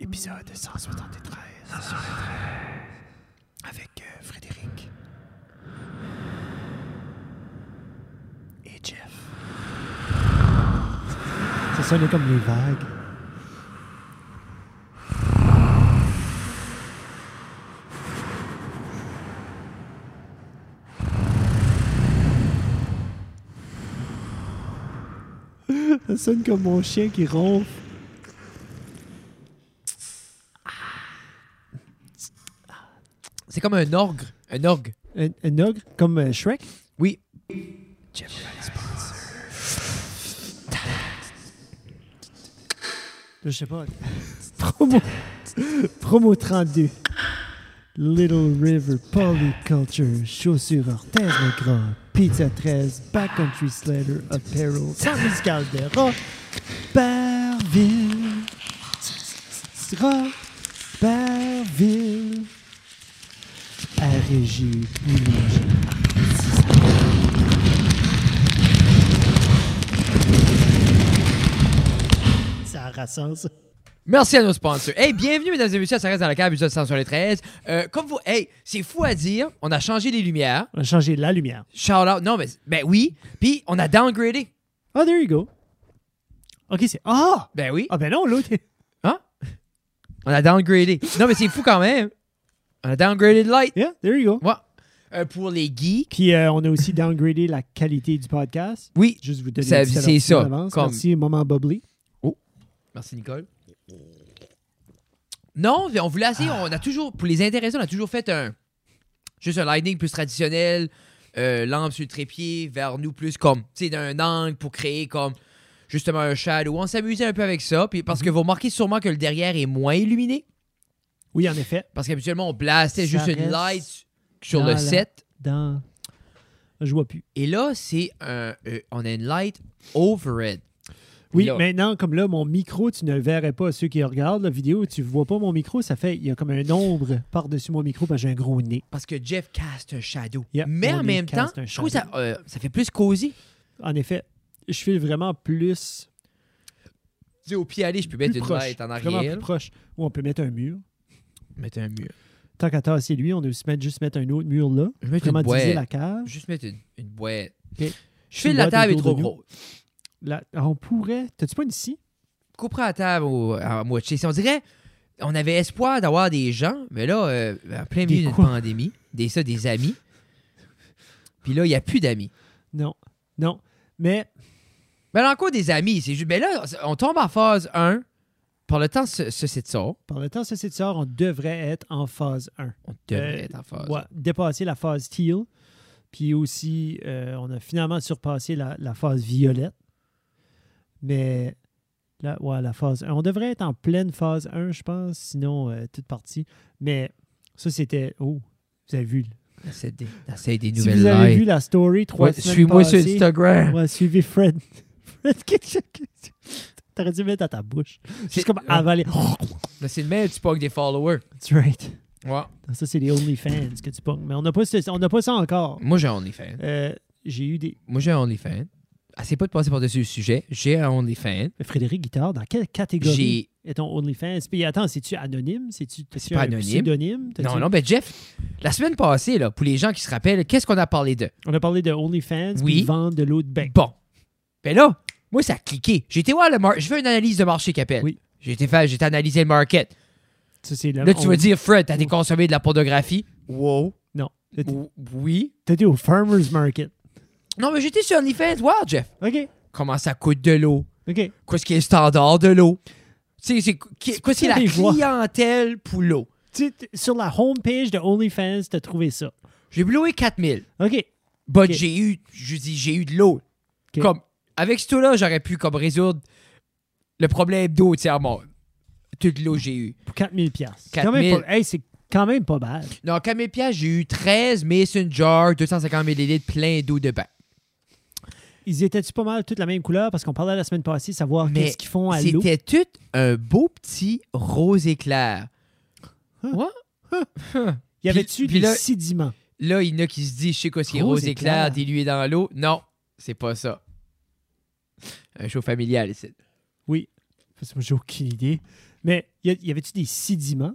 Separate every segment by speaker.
Speaker 1: de 173. Avec euh, Frédéric. Et Jeff.
Speaker 2: Ça sonnait comme les vagues. Ça sonne comme mon chien qui ronfle.
Speaker 3: C'est comme un orgue. Un orgue.
Speaker 2: Un, un ogre, comme euh, Shrek.
Speaker 3: Oui.
Speaker 1: Jeff,
Speaker 2: Je sais pas. Promo, promo 32. Little River Polyculture, chaussures Orthez Legrand, Pizza 13, Backcountry Slater, Apparel, Service Caldera, Barville, Sera, Barville, Arrégie, Boulanger. Ça rassemble ça.
Speaker 3: Merci à nos sponsors. Hey, bienvenue, mesdames et messieurs, à Ça reste dans la cave, épisode 173. Euh, comme vous, hey, c'est fou à dire, on a changé les lumières.
Speaker 2: On a changé la lumière.
Speaker 3: Shout out, non, mais ben oui. Puis on a downgradé.
Speaker 2: Ah, there you go. Ok, c'est. Ah!
Speaker 3: Ben oui.
Speaker 2: Ah, ben non, l'autre. est-
Speaker 3: Hein? On a downgradé. Non, mais c'est fou quand même. On a downgradé le light.
Speaker 2: Yeah, there you go.
Speaker 3: Ouais. Euh, pour les geeks.
Speaker 2: Puis euh, on a aussi downgradé la qualité du podcast.
Speaker 3: Oui.
Speaker 2: Juste vous donner
Speaker 3: Ça-
Speaker 2: un petit
Speaker 3: c'est ça,
Speaker 2: avertissement d'avance.
Speaker 3: comme-
Speaker 2: Merci, Maman Bubbly.
Speaker 3: Merci, Nicole. Non, on voulait essayer. On a toujours, pour les intéressés, on a toujours fait un. Juste un lightning plus traditionnel, euh, lampe sur le trépied, vers nous plus comme. Tu sais, d'un angle pour créer comme. Justement, un shadow. On s'amusait un peu avec ça. Puis parce que
Speaker 2: Mhm.
Speaker 3: vous remarquez sûrement que le derrière est moins illuminé.
Speaker 2: Oui, en effet.
Speaker 3: Parce qu'habituellement, on blastait
Speaker 2: Ça
Speaker 3: juste une
Speaker 2: reste
Speaker 3: light sur
Speaker 2: dans
Speaker 3: le
Speaker 2: la-
Speaker 3: set.
Speaker 2: Dans. Je vois plus.
Speaker 3: Et là, c'est un. euh, on a une light overhead.
Speaker 2: Oui,
Speaker 3: Là.
Speaker 2: maintenant, comme là, mon micro, tu ne le verrais pas. Ceux qui regardent la vidéo, tu vois pas mon micro. Ça fait. Il y a comme un ombre par-dessus mon micro parce que j'ai un gros nez.
Speaker 3: Parce que Jeff caste un shadow.
Speaker 2: Yeah,
Speaker 3: Mais en
Speaker 2: Molly
Speaker 3: même temps,
Speaker 2: caste un
Speaker 3: je trouve que ça, euh, ça fait plus cosy.
Speaker 2: En effet, je suis vraiment plus.
Speaker 3: Tu sais, au pied aller, je peux mettre
Speaker 2: Plus
Speaker 3: une
Speaker 2: proche.
Speaker 3: light en
Speaker 2: Vraiment plus
Speaker 3: arrière.
Speaker 2: proche. Ou on peut mettre un mur.
Speaker 3: Mettre un mur.
Speaker 2: Tant qu'à tasser lui, on peut aussi mettre, juste mettre un autre mur là.
Speaker 3: Je vais mettre une
Speaker 2: Comment diviser
Speaker 3: boîte.
Speaker 2: la cave.
Speaker 3: Juste mettre une, une boîte.
Speaker 2: Ok.
Speaker 3: Je fais
Speaker 2: Une
Speaker 3: la
Speaker 2: boîte
Speaker 3: table est
Speaker 2: autour
Speaker 3: trop
Speaker 2: de nous.
Speaker 3: grosse.
Speaker 2: La- on pourrait. T'as-tu pas une scie?
Speaker 3: Couperais la table au- à moitié. Si on dirait, on avait espoir d'avoir des gens, mais là, euh, en plein
Speaker 2: Des
Speaker 3: milieu d'une
Speaker 2: quoi?
Speaker 3: pandémie, des, ça, des amis. Puis là, il n'y a plus d'amis.
Speaker 2: Non. Non. Mais
Speaker 3: Mais là, encore des amis, c'est juste. Mais là, on tombe en phase 1. Par le temps, ce, ce site sort.
Speaker 2: par le temps ceci de sort, on devrait être en phase 1.
Speaker 3: On devrait
Speaker 2: Euh,
Speaker 3: être en phase.
Speaker 2: Ouais, dépasser la phase teal. Puis aussi, euh, on a finalement surpassé la, la phase violette. Mais là, ouais, la phase 1. On devrait être en pleine phase 1, je pense, sinon euh, toute partie. Mais ça, c'était. Oh, vous avez vu.
Speaker 3: Dans cette des, dans cette des
Speaker 2: Si
Speaker 3: nouvelles
Speaker 2: vous avez
Speaker 3: lives.
Speaker 2: vu la story, trois
Speaker 3: Ouais,
Speaker 2: semaines
Speaker 3: Suis-moi sur
Speaker 2: passées,
Speaker 3: Instagram.
Speaker 2: Ouais, suivez Fred. Fred, qu'est-ce que- T'aurais dû mettre à ta bouche.
Speaker 3: C'est-
Speaker 2: Juste comme
Speaker 3: ouais.
Speaker 2: avaler.
Speaker 3: Mais C'est le même, tu pognes des followers.
Speaker 2: That's right.
Speaker 3: Ouais.
Speaker 2: Non, Ça, c'est les OnlyFans que tu pognes. Mais on n'a pas, ce- on n'a pas ça encore.
Speaker 3: Moi, j'ai un OnlyFans.
Speaker 2: Euh, j'ai eu des.
Speaker 3: Moi, j'ai un OnlyFans. Assez pas de passer par-dessus le sujet. J'ai un OnlyFans.
Speaker 2: Frédéric Guitard, dans quelle catégorie
Speaker 3: J'ai.
Speaker 2: est ton OnlyFans? Puis attends, c'est-tu anonyme? C'est-tu c'est
Speaker 3: pas anonyme.
Speaker 2: pseudonyme? T'as-tu-
Speaker 3: Non, non, ben Jeff, la semaine passée, là, pour les gens qui se rappellent, qu'est-ce qu'on a parlé de?
Speaker 2: On a parlé de OnlyFans,
Speaker 3: Oui.
Speaker 2: puis vendre de l'eau de bain.
Speaker 3: Bon. Ben là, moi, ça a cliqué. J'ai été voir le marché. Je fais une analyse de marché, Capel.
Speaker 2: Oui.
Speaker 3: J'ai été faire, j'ai été analysé le market.
Speaker 2: Ça, c'est le-
Speaker 3: Là, tu
Speaker 2: on-
Speaker 3: vas dire, Fred, t'as été consommé de la pornographie? Wow.
Speaker 2: Non. T'as-
Speaker 3: Ou- Oui.
Speaker 2: T'as dit au Farmer's Market.
Speaker 3: Non, mais j'étais sur OnlyFans. Wow, Jeff.
Speaker 2: OK.
Speaker 3: Comment ça coûte de l'eau?
Speaker 2: OK.
Speaker 3: Qu'est-ce qui est le standard de l'eau? Tu sais, c'est- qui- Qu'est-ce qui est la
Speaker 2: des voix.
Speaker 3: clientèle pour l'eau?
Speaker 2: Tu, tu- sur la homepage de OnlyFans, t'as trouvé ça.
Speaker 3: J'ai bloué 4000.
Speaker 2: OK.
Speaker 3: But
Speaker 2: Ok.
Speaker 3: j'ai eu, je dis, j'ai eu de l'eau.
Speaker 2: Ok.
Speaker 3: Comme, avec ce tout-là, j'aurais pu comme résoudre le problème d'eau au tiers-monde. Toute l'eau que j'ai eu.
Speaker 2: Pour 4000 piastres.
Speaker 3: 4 000.
Speaker 2: Quand même pas- Hey, c'est quand même pas mal.
Speaker 3: Non, comme mes pièces, j'ai eu 13 mason jar, 250 ml plein d'eau de bain.
Speaker 2: Ils étaient-tu pas mal toutes la même couleur? Parce qu'on parlait la semaine passée, savoir
Speaker 3: Mais
Speaker 2: qu'est-ce qu'ils font à l'eau.
Speaker 3: C'était tout un beau petit rose éclair.
Speaker 2: Y avait-tu
Speaker 3: Puis- puis
Speaker 2: des
Speaker 3: là-
Speaker 2: sédiments?
Speaker 3: Là, il y en a qui se disent, je sais quoi ce qui est
Speaker 2: Rose
Speaker 3: rose éclair,
Speaker 2: éclair.
Speaker 3: dilué dans l'eau. Non, c'est pas ça. Un show familial ici.
Speaker 2: Parce que moi, j'ai aucune idée. Mais y, a- y avait-tu des sédiments?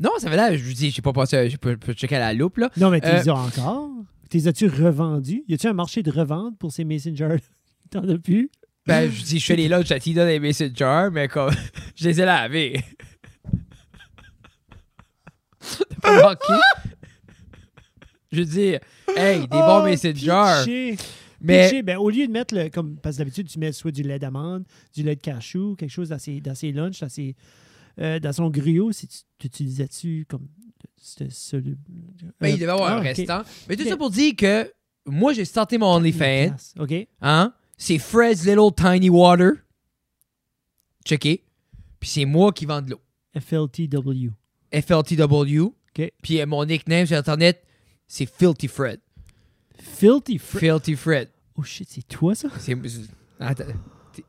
Speaker 3: Non, ça fait là, je vous dis, j'ai pas passé, j'ai pas, pas checké à la loupe, là.
Speaker 2: Non, mais tu
Speaker 3: Euh,
Speaker 2: les as encore. Tu les as-tu revendus? Y a-tu un marché de revente pour ces messengers? T'en as plus?
Speaker 3: Ben, je dis, je fais les lunchs à Tina dans les messengers, mais comme, je les ai lavés. T'as pas manqué? Je dis, hey, des bons
Speaker 2: Ah,
Speaker 3: messengers.
Speaker 2: pitché,
Speaker 3: Mais
Speaker 2: pitché. Ben, au lieu de mettre, le, comme, parce que d'habitude, tu mets soit du lait d'amande, du lait de cachou, quelque chose dans ses, dans ses lunchs, dans, ses, euh, dans son griot, si tu utilisais-tu comme. C'était celui.
Speaker 3: mais
Speaker 2: euh,
Speaker 3: ben, il devait avoir
Speaker 2: ah,
Speaker 3: un
Speaker 2: ok.
Speaker 3: restant. Mais tout
Speaker 2: Mais-
Speaker 3: ça pour dire que moi, j'ai starté mon OnlyFans.
Speaker 2: Place, OK.
Speaker 3: Hein? C'est Fred's Little Tiny Water. Checké. Puis c'est moi qui vends de l'eau.
Speaker 2: FLTW.
Speaker 3: FLTW.
Speaker 2: OK.
Speaker 3: Puis euh, mon nickname sur Internet, c'est Filthy Fred.
Speaker 2: Filthy Fr-
Speaker 3: Filthy Fred.
Speaker 2: Oh shit, c'est toi ça?
Speaker 3: C'est. c'est- Attends. t'es-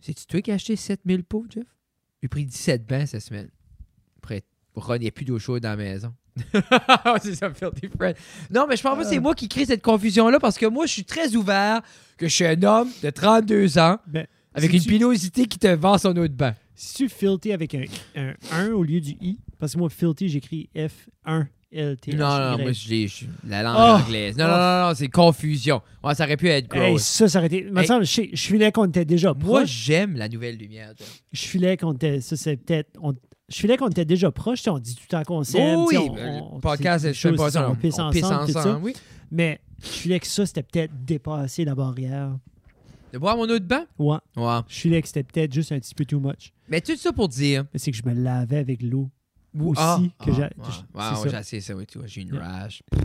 Speaker 3: C'est-tu toi qui as acheté 7000 pots, Jeff? J'ai pris 17 bains cette semaine. Après, Ron, il n'y a plus d'eau chaude dans la maison. c'est ça, Filthy Fred. Non, mais je pense pas
Speaker 2: Euh.
Speaker 3: que c'est moi qui crée cette confusion-là parce que moi, je suis très ouvert que je suis un homme de 32 ans
Speaker 2: Ben,
Speaker 3: avec
Speaker 2: si
Speaker 3: une
Speaker 2: tu-
Speaker 3: pilosité qui te vend son eau de bain.
Speaker 2: Si tu filthy avec un, un 1 au lieu du I, parce que moi, filthy, j'écris F1LT.
Speaker 3: Non, non, moi, je l'ai. je- La langue
Speaker 2: Oh!
Speaker 3: anglaise. Non, non, non, non, c'est confusion. Ouais, ça aurait pu être gross.
Speaker 2: Eh, Hey, ça, ça aurait été. me
Speaker 3: Hey.
Speaker 2: semble, je, sais- je filais qu'on était déjà
Speaker 3: Moi,
Speaker 2: proche.
Speaker 3: j'aime la nouvelle lumière. toi.
Speaker 2: Je filais qu'on était. Ça, c'est peut-être. on- Je filais qu'on était déjà proche. tu sais, On dit tout en concept.
Speaker 3: oui,
Speaker 2: tu sais, on-
Speaker 3: ben,
Speaker 2: on-
Speaker 3: le podcast,
Speaker 2: c'est
Speaker 3: c'est
Speaker 2: des
Speaker 3: le
Speaker 2: choses
Speaker 3: podcast,
Speaker 2: qui sont-
Speaker 3: on,
Speaker 2: on pisse
Speaker 3: on pisse
Speaker 2: ensemble, tout
Speaker 3: ensemble.
Speaker 2: ça.
Speaker 3: oui.
Speaker 2: Mais je filais que ça, c'était peut-être dépasser la barrière.
Speaker 3: De boire mon eau de bain?
Speaker 2: Ouais.
Speaker 3: Ouais.
Speaker 2: Je filais que c'était peut-être juste un petit peu too much.
Speaker 3: Mais tout ça pour dire.
Speaker 2: Mais c'est que je me lavais avec l'eau. Aussi, que j'ai-
Speaker 3: ah, ouais,
Speaker 2: je-
Speaker 3: ouais,
Speaker 2: c'est
Speaker 3: ah, ouais,
Speaker 2: ça.
Speaker 3: j'ai assez ça, oui, tu vois, j'ai une
Speaker 2: Yeah.
Speaker 3: rage. Pff.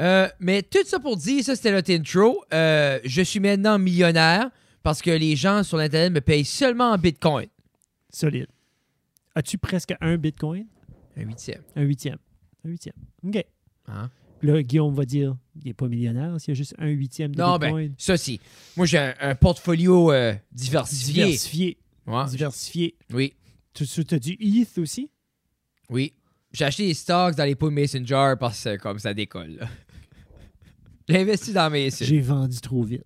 Speaker 3: Euh, mais tout ça pour dire, ça c'était notre intro. Euh, je suis maintenant millionnaire parce que les gens sur l'internet me payent seulement en bitcoin.
Speaker 2: Solide. As-tu presque un bitcoin?
Speaker 3: Un huitième.
Speaker 2: Un huitième. Un huitième. OK.
Speaker 3: Hein?
Speaker 2: Là, Guillaume va dire il n'est pas millionnaire s'il y a juste un huitième de
Speaker 3: Non, ben,
Speaker 2: bitcoin.
Speaker 3: ça si. Moi j'ai un, un portfolio euh, diversifié. Ah,
Speaker 2: diversifié.
Speaker 3: Ouais,
Speaker 2: Diversifié.
Speaker 3: Oui,
Speaker 2: Tu as du ETH aussi?
Speaker 3: oui. J'ai acheté des stocks dans les pots de Mason Jar parce que comme ça décolle. là. j'ai investi dans Mason.
Speaker 2: J'ai vendu trop vite.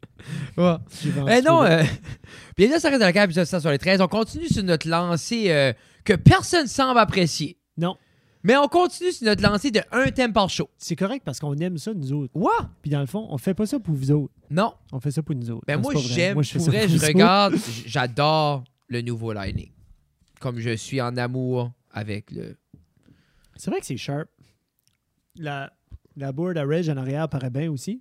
Speaker 3: Ouais.
Speaker 2: J'ai vendu
Speaker 3: Eh non,
Speaker 2: trop vite.
Speaker 3: euh, bien là, ça reste dans le cadre épisode 173. On continue sur notre lancée euh, que personne semble apprécier.
Speaker 2: Non.
Speaker 3: Mais on continue sur notre lancée de un thème par show.
Speaker 2: C'est correct parce qu'on aime ça, nous autres.
Speaker 3: Ouais.
Speaker 2: Puis dans le fond, on fait pas ça pour vous autres.
Speaker 3: Non.
Speaker 2: On fait ça pour nous autres.
Speaker 3: Ben
Speaker 2: Non,
Speaker 3: moi,
Speaker 2: c'est pas vrai.
Speaker 3: j'aime.
Speaker 2: fais
Speaker 3: Pour
Speaker 2: ça
Speaker 3: vrai,
Speaker 2: pour
Speaker 3: je
Speaker 2: vous autres.
Speaker 3: regarde. j- J'adore le nouveau Lightning. Comme je suis en amour avec le.
Speaker 2: C'est vrai que c'est sharp. La, la board à Reg en arrière paraît bien aussi.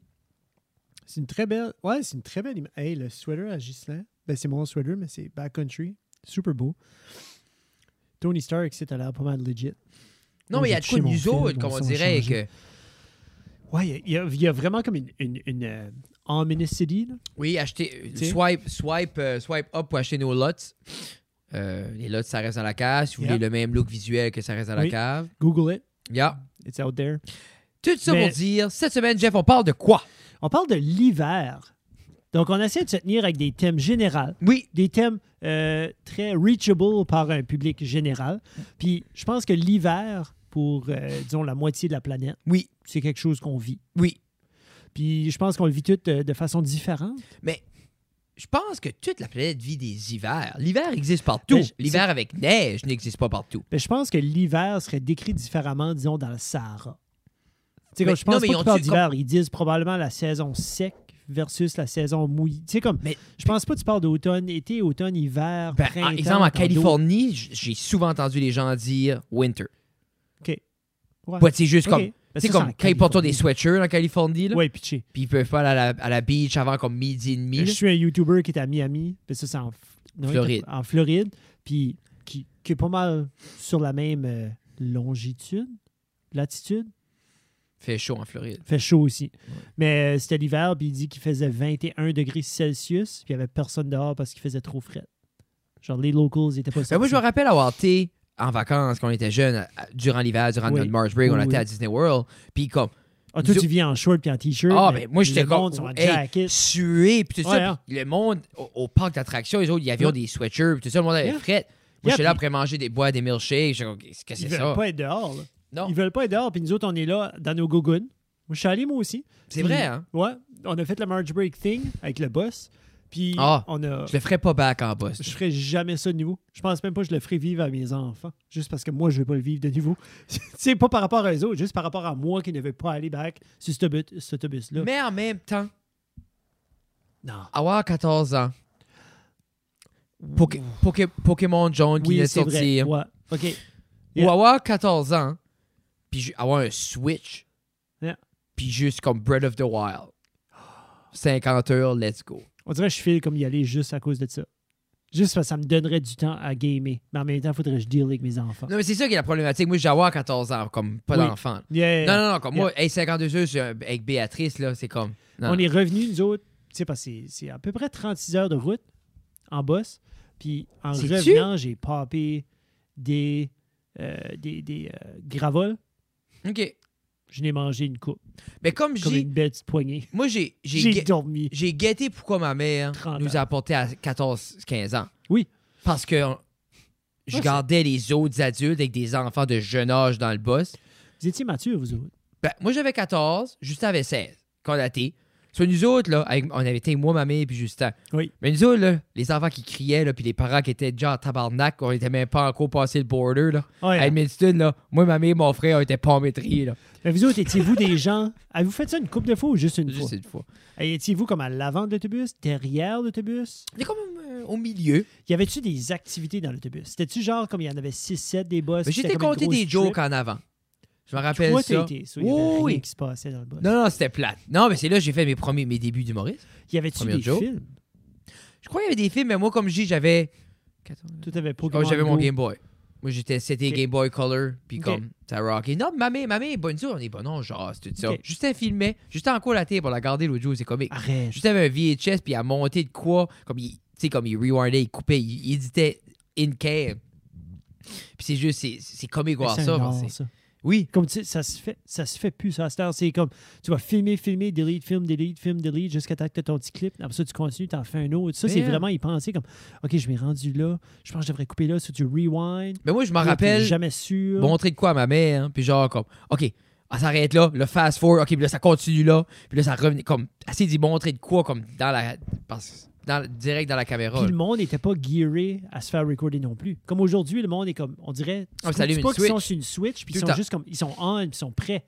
Speaker 2: C'est une très belle. Ouais, c'est une très belle image. Hey, le sweater à Gislain. Ben, c'est mon sweater, mais c'est backcountry. Super beau. Tony Stark, c'est à l'air pas mal legit.
Speaker 3: Non,
Speaker 2: Moi,
Speaker 3: mais il y
Speaker 2: j'ai
Speaker 3: a de quoi
Speaker 2: touché
Speaker 3: de
Speaker 2: mon
Speaker 3: nous
Speaker 2: fil,
Speaker 3: autres,
Speaker 2: mon
Speaker 3: comme on
Speaker 2: son a
Speaker 3: dirait.
Speaker 2: changé.
Speaker 3: Que...
Speaker 2: Ouais, il y, a- il y a vraiment comme une, une, une euh, ominicity, là.
Speaker 3: Oui, acheter. euh,
Speaker 2: Tu sais.
Speaker 3: Swipe, swipe, euh, swipe up pour acheter nos lots. Euh, les lots, ça reste à la cave. Si vous
Speaker 2: Yeah.
Speaker 3: voulez le même look visuel que ça reste à la
Speaker 2: Oui.
Speaker 3: cave.
Speaker 2: Google it.
Speaker 3: Yeah.
Speaker 2: It's out there.
Speaker 3: Tout ça
Speaker 2: Mais-
Speaker 3: pour dire, cette semaine, Jeff, on parle de quoi?
Speaker 2: On parle de l'hiver. Donc, on essaie de se tenir avec des thèmes généraux.
Speaker 3: Oui.
Speaker 2: des thèmes euh, très reachable par un public général. Puis je pense que l'hiver, pour, euh, disons, la moitié de la planète,
Speaker 3: Oui.
Speaker 2: c'est quelque chose qu'on vit.
Speaker 3: Oui.
Speaker 2: Puis je pense qu'on le vit tout euh, de façon différente.
Speaker 3: Je pense que toute la planète vit des hivers. L'hiver existe partout.
Speaker 2: Mais je-
Speaker 3: L'hiver avec neige n'existe pas partout.
Speaker 2: Mais je pense que l'hiver serait décrit différemment, disons, dans le Sahara. Tu sais,
Speaker 3: Mais-
Speaker 2: comme je
Speaker 3: non,
Speaker 2: pense
Speaker 3: mais
Speaker 2: pas
Speaker 3: ils ont
Speaker 2: qu'ils parlent
Speaker 3: dit-
Speaker 2: d'hiver. Ils disent probablement la saison sec versus la saison mouillée. Tu sais, comme,
Speaker 3: Mais-
Speaker 2: je pense pas que tu parles d'automne, été, automne,
Speaker 3: Par
Speaker 2: hiver, Ben, printemps.
Speaker 3: exemple, en
Speaker 2: t'as d'autres-
Speaker 3: Californie, j- j'ai souvent entendu les gens dire winter.
Speaker 2: OK. Ouais.
Speaker 3: Ouais, c'est juste
Speaker 2: Ah. OK.
Speaker 3: comme.
Speaker 2: Ben,
Speaker 3: C'est
Speaker 2: ça,
Speaker 3: comme
Speaker 2: en
Speaker 3: quand ils portent des
Speaker 2: Californie.
Speaker 3: sweatshirts en Californie, là,
Speaker 2: Ouais, pitché.
Speaker 3: puis ils peuvent pas aller à la, à la beach avant comme midi et demi.
Speaker 2: Je
Speaker 3: là.
Speaker 2: suis un YouTuber qui est à Miami, mais ça, c'est en, F- non,
Speaker 3: Floride.
Speaker 2: en Floride, puis qui, qui est pas mal sur la même euh, longitude, latitude.
Speaker 3: Fait chaud en Floride.
Speaker 2: Fait chaud aussi. Mais euh, c'était l'hiver, puis il dit qu'il faisait 21 degrés Celsius, puis il n'y avait personne dehors parce qu'il faisait trop frais. Genre, les locals n'étaient pas
Speaker 3: Ben,
Speaker 2: sortis.
Speaker 3: moi, je me rappelle avoir été en vacances quand on était jeunes, à- à- durant l'hiver, durant
Speaker 2: Oui.
Speaker 3: notre March Break, on
Speaker 2: Oui,
Speaker 3: était
Speaker 2: oui.
Speaker 3: à Disney World. Puis comme,
Speaker 2: Ah, toi,
Speaker 3: Zo-
Speaker 2: tu vis en short puis en t-shirt.
Speaker 3: Ah,
Speaker 2: mais
Speaker 3: ben, moi, j'étais
Speaker 2: le
Speaker 3: comme-
Speaker 2: monde sont en
Speaker 3: hey,
Speaker 2: jacket.
Speaker 3: suer, puis tout
Speaker 2: Ouais,
Speaker 3: ça.
Speaker 2: hein.
Speaker 3: Puis le monde, au, au parc d'attractions, les autres, il y avait
Speaker 2: Ouais.
Speaker 3: des sweatshirts, puis tout ça, le monde avait
Speaker 2: Yeah.
Speaker 3: fret. Moi,
Speaker 2: Yeah,
Speaker 3: j'étais là
Speaker 2: puis-
Speaker 3: après manger des bois, des milkshakes. J'étais comme, qu'est-ce que
Speaker 2: Ils
Speaker 3: c'est
Speaker 2: veulent
Speaker 3: ça?
Speaker 2: pas être dehors. là.
Speaker 3: Non,
Speaker 2: Ils veulent pas être dehors, puis nous autres, on est là dans nos gogoons. Moi, je suis allé, moi aussi.
Speaker 3: c'est
Speaker 2: Puis-
Speaker 3: vrai, hein?
Speaker 2: Ouais, on a fait le March Break thing avec le boss. Puis
Speaker 3: Ah.
Speaker 2: on a.
Speaker 3: Je le ferais pas back en boss.
Speaker 2: Je ferai jamais ça de nouveau. Je pense même pas que je le ferai vivre à mes enfants. Juste parce que moi, je vais pas le vivre de nouveau. c'est pas par rapport à eux autres, juste par rapport à moi qui ne veux pas aller back sur cet autobus- cet autobus-là.
Speaker 3: Mais en même temps,
Speaker 2: Non.
Speaker 3: avoir 14 ans, Poké- Poké- Pokémon Jaune qui hein.
Speaker 2: Oui,
Speaker 3: vient de
Speaker 2: c'est vrai.
Speaker 3: sortir,
Speaker 2: Ouais. OK.
Speaker 3: ou
Speaker 2: Yeah.
Speaker 3: avoir 14 ans, puis ju- avoir un Switch,
Speaker 2: Yeah.
Speaker 3: puis juste comme Breath of the Wild. 50 heures, let's go.
Speaker 2: On dirait que je file comme y aller juste à cause de ça. Juste parce que ça me donnerait du temps à gamer. Mais en même temps, il faudrait que je deal avec mes enfants.
Speaker 3: Non, mais c'est ça qui est la problématique. Moi, j'ai avoir 14 ans, comme pas
Speaker 2: Oui.
Speaker 3: d'enfant.
Speaker 2: Yeah.
Speaker 3: Non, non, non, comme moi, hey, 52 heures c'est un- avec Béatrice, là, c'est comme. non,
Speaker 2: On
Speaker 3: non.
Speaker 2: est revenus, nous autres, tu sais, parce que c'est- c'est à peu près 36 heures de route en boss. Puis en
Speaker 3: C'est-tu?
Speaker 2: revenant, j'ai popé des, euh, des, des euh, gravoles.
Speaker 3: OK.
Speaker 2: Je n'ai mangé une coupe,
Speaker 3: Mais comme je
Speaker 2: comme
Speaker 3: dis,
Speaker 2: une belle petite poignée.
Speaker 3: moi, j'ai j'ai
Speaker 2: J'ai
Speaker 3: ga-
Speaker 2: dormi.
Speaker 3: j'ai guetté pourquoi ma mère
Speaker 2: 30
Speaker 3: nous a apporté à 14-15 ans.
Speaker 2: Oui.
Speaker 3: Parce que on- je
Speaker 2: Ouais,
Speaker 3: gardais les autres adultes avec des enfants de jeune âge dans le boss.
Speaker 2: Vous étiez mature, vous autres.
Speaker 3: Ben, moi, j'avais 14, Justin avait 16, quand on a été. Soit nous autres, là, avec- on avait été moi, ma mère, puis Justin.
Speaker 2: Oui.
Speaker 3: Mais nous autres, là, les enfants qui criaient, là, puis les parents qui étaient déjà en tabarnak, on était même pas encore passé le border, là.
Speaker 2: Ouais. hein.
Speaker 3: À Edmundston, là, moi, ma mère, mon frère, on était pas en maîtrise, là.
Speaker 2: Mais vous autres, étiez-vous des gens. Avez-vous fait ça une coupe de fois ou juste une
Speaker 3: Juste
Speaker 2: fois?
Speaker 3: une fois.
Speaker 2: Et Étiez-vous comme à l'avant de l'autobus, derrière l'autobus?
Speaker 3: On est comme euh, au milieu.
Speaker 2: Y avait-tu des activités dans l'autobus? C'était-tu genre comme il y en avait 6-7 des boss?
Speaker 3: Mais j'étais compté des jokes en avant. Je me rappelle
Speaker 2: Toi,
Speaker 3: ça.
Speaker 2: t'as été. ça, Il y avait
Speaker 3: Oui,
Speaker 2: rien
Speaker 3: oui.
Speaker 2: qui se passait dans le boss.
Speaker 3: Non, non, c'était plate. Non, mais c'est là que j'ai fait mes premiers, mes débuts d'humoriste.
Speaker 2: Y avait-tu
Speaker 3: Premier
Speaker 2: des
Speaker 3: joke.
Speaker 2: films?
Speaker 3: Je crois qu'il y avait des films, mais moi, comme je dis, j'avais.
Speaker 2: Tout avait
Speaker 3: Oh,
Speaker 2: Pokémon
Speaker 3: j'avais mon
Speaker 2: Go.
Speaker 3: Game Boy. Moi, j'étais, c'était
Speaker 2: Ok.
Speaker 3: Game Boy Color, puis
Speaker 2: Ok.
Speaker 3: comme, ça rock. Et non, ma mère, ma mère est bonne, ça, on est bon, on jase, tout ça.
Speaker 2: Ok.
Speaker 3: Justin filmait, Justin en cours la télé pour la garder l'autre jour, c'est comique.
Speaker 2: Arrête.
Speaker 3: Justin avait un VHS, puis il a monté de quoi, comme il, tu sais, comme il rewindait, il coupait, il, il éditait in-cam. Puis c'est juste, c'est, c'est comique voir
Speaker 2: C'est un
Speaker 3: ça.
Speaker 2: art,
Speaker 3: parce que-
Speaker 2: ça.
Speaker 3: Oui,
Speaker 2: Comme tu sais, ça se fait, ça se fait plus, ça. à cette heure. C'est comme, tu vas filmer, filmer, delete, film, delete, film, delete, jusqu'à temps que tu ton petit clip. Après ça, tu continues, t'en fais un autre. Ça, c'est
Speaker 3: Man.
Speaker 2: vraiment y penser comme, OK, je m'ai rendu là. Je pense que je devrais couper là. Si tu rewind,
Speaker 3: mais moi, je m'en
Speaker 2: Là, t'es
Speaker 3: rappelle.
Speaker 2: jamais sûr.
Speaker 3: montrer de quoi à ma mère, hein, puis genre comme, OK, on s'arrête là, le fast forward, OK, puis là ça continue là, puis là ça revenait comme, assez d'y montrer de quoi comme dans la, parce- dans, direct dans la caméra.
Speaker 2: Puis
Speaker 3: là.
Speaker 2: le monde n'était pas gearé à se faire recorder non plus. Comme aujourd'hui, le monde est comme, on dirait,
Speaker 3: Ah,
Speaker 2: tu
Speaker 3: ça allume
Speaker 2: dis pas
Speaker 3: une
Speaker 2: qu'ils sont
Speaker 3: Switch.
Speaker 2: sur une Switch, puis ils
Speaker 3: Tout
Speaker 2: sont
Speaker 3: le temps.
Speaker 2: juste comme, ils sont on, puis ils sont prêts.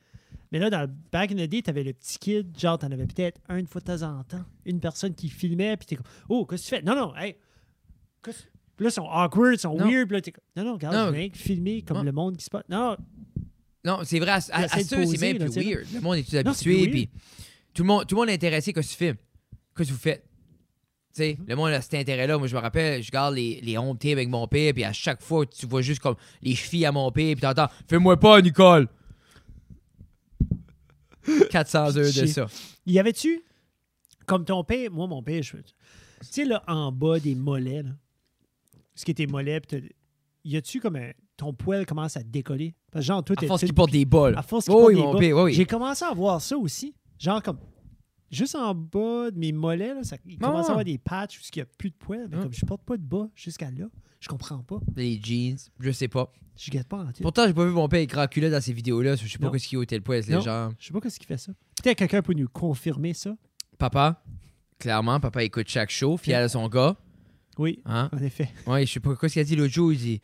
Speaker 2: Mais là, dans le back in the day, t'avais le petit kid, genre, t'en avais peut-être un une fois de temps en temps, une personne qui filmait, puis t'es comme, oh, qu'est-ce que tu fais? Non, non, hey, qu'est-ce- Puis là, ils sont awkward, ils sont
Speaker 3: Non.
Speaker 2: weird, puis là, t'es comme, non, non, regarde,
Speaker 3: Non.
Speaker 2: je viens filmer comme
Speaker 3: Non.
Speaker 2: le monde qui se passe. Non,
Speaker 3: Non, c'est vrai, à, à,
Speaker 2: essaie
Speaker 3: à
Speaker 2: de
Speaker 3: ceux, c'est
Speaker 2: poser,
Speaker 3: même
Speaker 2: là,
Speaker 3: plus
Speaker 2: tu sais, là.
Speaker 3: weird. Le monde est tout
Speaker 2: Non, c'est
Speaker 3: habitué,
Speaker 2: plus
Speaker 3: puis tout le monde, tout le monde est intéressé que tu filmes, que tu faites. Tu sais,
Speaker 2: Mm-hmm.
Speaker 3: le monde a cet intérêt-là. Moi, je me rappelle, je garde les, les home tapes avec mon père, puis à chaque fois, tu vois juste comme les chevilles à mon père, puis t'entends « Fais-moi pas, Nicole! » 400 heures de
Speaker 2: Chier.
Speaker 3: ça.
Speaker 2: y avait-tu, comme ton père, moi, mon père, je Tu sais, là, en bas des mollets, là, ce qui est tes mollets, pis t'as- y a-tu comme un. Ton poil commence à décoller? Parce que, genre, toi,
Speaker 3: À
Speaker 2: t'es-
Speaker 3: force
Speaker 2: t'es-
Speaker 3: qu'il porte des balles.
Speaker 2: À force
Speaker 3: Oui,
Speaker 2: qu'il porte
Speaker 3: oui,
Speaker 2: des
Speaker 3: mon
Speaker 2: bas.
Speaker 3: père, oui, oui.
Speaker 2: J'ai commencé à voir ça aussi. Genre comme juste en bas de mes mollets, là, ça, il
Speaker 3: Ah,
Speaker 2: commence à
Speaker 3: ouais.
Speaker 2: avoir des patchs où il n'y a plus de poils. Mais
Speaker 3: Hum.
Speaker 2: comme je porte pas de bas jusqu'à là, je comprends pas.
Speaker 3: Les jeans, je sais pas.
Speaker 2: Je guette pas en tête.
Speaker 3: Pourtant, j'ai pas vu mon père avec culot dans ces vidéos-là. so Je sais pas
Speaker 2: Non.
Speaker 3: qu'est-ce qu'il ôtait le poids, les
Speaker 2: Non.
Speaker 3: gens.
Speaker 2: Je sais pas qu'est-ce qui fait ça. Peut-être quelqu'un peut nous confirmer ça.
Speaker 3: Papa, clairement, papa écoute chaque show, fier à son gars.
Speaker 2: Oui,
Speaker 3: Hein?
Speaker 2: en effet.
Speaker 3: Ouais, je sais pas quoi ce qu'il a dit l'autre jour. Il dit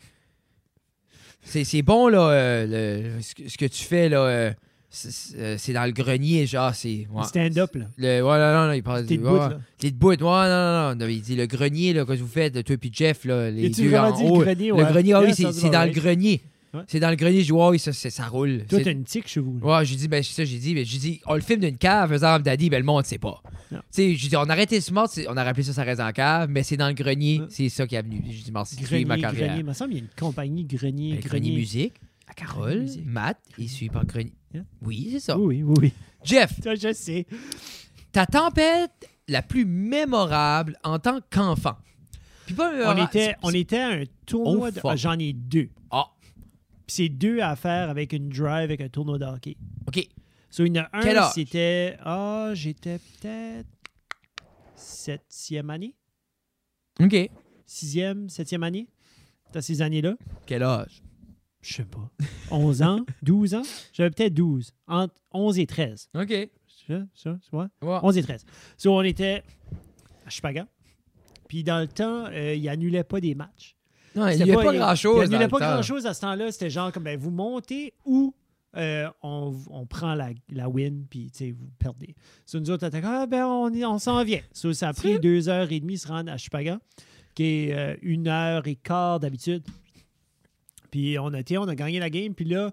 Speaker 3: C'est c'est bon, là, euh, le- ce, que- ce que tu fais, là, euh, c'est- c'est c'est dans le grenier, genre, c'est. ouais.
Speaker 2: Le Stand-up, là.
Speaker 3: Le, ouais, non, non, non, il parle
Speaker 2: T'es
Speaker 3: du-
Speaker 2: de
Speaker 3: ouais,
Speaker 2: bout,
Speaker 3: ouais.
Speaker 2: là.
Speaker 3: T'es de bout, ouais, non, non, non. Non, Il dit le grenier, là, que vous faites, toi puis Jeff, là, les
Speaker 2: As-tu
Speaker 3: deux
Speaker 2: vraiment
Speaker 3: en
Speaker 2: dit le
Speaker 3: haut.
Speaker 2: grenier,
Speaker 3: Le
Speaker 2: ouais.
Speaker 3: grenier, ah
Speaker 2: Yeah,
Speaker 3: oui,
Speaker 2: ça
Speaker 3: c'est
Speaker 2: se
Speaker 3: c'est
Speaker 2: voit,
Speaker 3: dans le
Speaker 2: ouais.
Speaker 3: grenier.
Speaker 2: Ouais.
Speaker 3: C'est dans le grenier, je dis, ouais, oui, ça, c'est- ça roule.
Speaker 2: Toi,
Speaker 3: C'est-
Speaker 2: t'as une tique chez vous. là.
Speaker 3: Ouais, j'ai dit, ben, c'est ça, j'ai dit, ben, j'ai dit, on le filme d'une cave, faisant daddy, ben, le monde sait pas. Tu
Speaker 2: Non.
Speaker 3: sais, j'ai dit, on a arrêté ce mort, c'est- on a rappelé ça, ça reste en cave, mais c'est dans le grenier,
Speaker 2: Ouais.
Speaker 3: c'est ça qui est venu. J'ai dit, merci de
Speaker 2: Grenier,
Speaker 3: suivre ma carrière.
Speaker 2: grenier. Il me semble qu'il y a une compagnie grenier, Ah,
Speaker 3: Ben, grenier, musique, à
Speaker 2: Grenier
Speaker 3: Carole,
Speaker 2: musique.
Speaker 3: Matt, et suivi par grenier.
Speaker 2: Yeah.
Speaker 3: Oui, c'est ça.
Speaker 2: Oui, oui, oui. oui.
Speaker 3: Jeff,
Speaker 2: Ça, je sais.
Speaker 3: ta tempête la plus mémorable en tant qu'enfant. Puis pas
Speaker 2: On
Speaker 3: mémorable,
Speaker 2: était,
Speaker 3: c'est-
Speaker 2: on était à un tournoi.
Speaker 3: Oh,
Speaker 2: de-
Speaker 3: fuck.
Speaker 2: ah, J'en ai deux.
Speaker 3: Ah,
Speaker 2: Puis c'est deux à faire avec une drive, avec un tournoi de hockey.
Speaker 3: ok.
Speaker 2: So, il y en a
Speaker 3: Quel
Speaker 2: un,
Speaker 3: âge?
Speaker 2: c'était. Ah, j'étais peut-être. Septième année
Speaker 3: Ok.
Speaker 2: Sixième, septième année Dans ces années-là
Speaker 3: Quel âge?
Speaker 2: Je sais pas. 11 ans 12 ans J'avais peut-être 12. Entre 11 et 13.
Speaker 3: Ok.
Speaker 2: Ça, ça, tu vois
Speaker 3: Ouais.
Speaker 2: 11 et 13. So, on était à Chupaga. Puis dans le temps, euh, il annulait pas des matchs.
Speaker 3: Non, Ah, il
Speaker 2: C'était
Speaker 3: n'y a pas,
Speaker 2: Il
Speaker 3: grand-chose.
Speaker 2: n'y
Speaker 3: dans
Speaker 2: avait
Speaker 3: le
Speaker 2: pas
Speaker 3: temps.
Speaker 2: grand-chose à ce temps-là. C'était genre comme, ben, vous montez ou euh, on, on prend la, la win, puis tu sais, vous perdez. So, nous autres, on était comme, ah, ben, on, y- on s'en vient. So, ça a pris deux heures et demie de se rendre à Chupaga, qui est euh, une heure et quart d'habitude. Puis on a, été- on a gagné la game, puis là,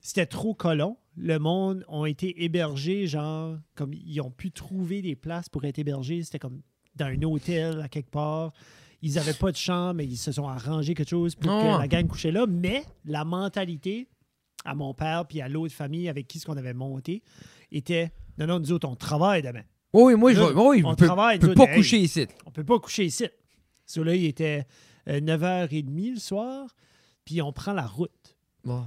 Speaker 2: c'était trop colon. Le monde ont été hébergés, genre, comme ils ont pu trouver des places pour être hébergés. C'était comme dans un hôtel à quelque part. Ils n'avaient pas de chambre, mais ils se sont arrangés quelque chose pour
Speaker 3: Ouais,
Speaker 2: que
Speaker 3: ouais.
Speaker 2: la gang couchait là. Mais la mentalité à mon père puis à l'autre famille avec qui ce qu'on avait monté était non, non, nous autres, on travaille demain.
Speaker 3: Oui, moi, je
Speaker 2: Là,
Speaker 3: vais- oui,
Speaker 2: on
Speaker 3: je peux-
Speaker 2: travaille,
Speaker 3: je peux
Speaker 2: nous
Speaker 3: pas
Speaker 2: autres, hey.
Speaker 3: coucher ici.
Speaker 2: On peut pas coucher ici. So là, il était euh, 9h30 le soir, puis on prend la route.
Speaker 3: Bon.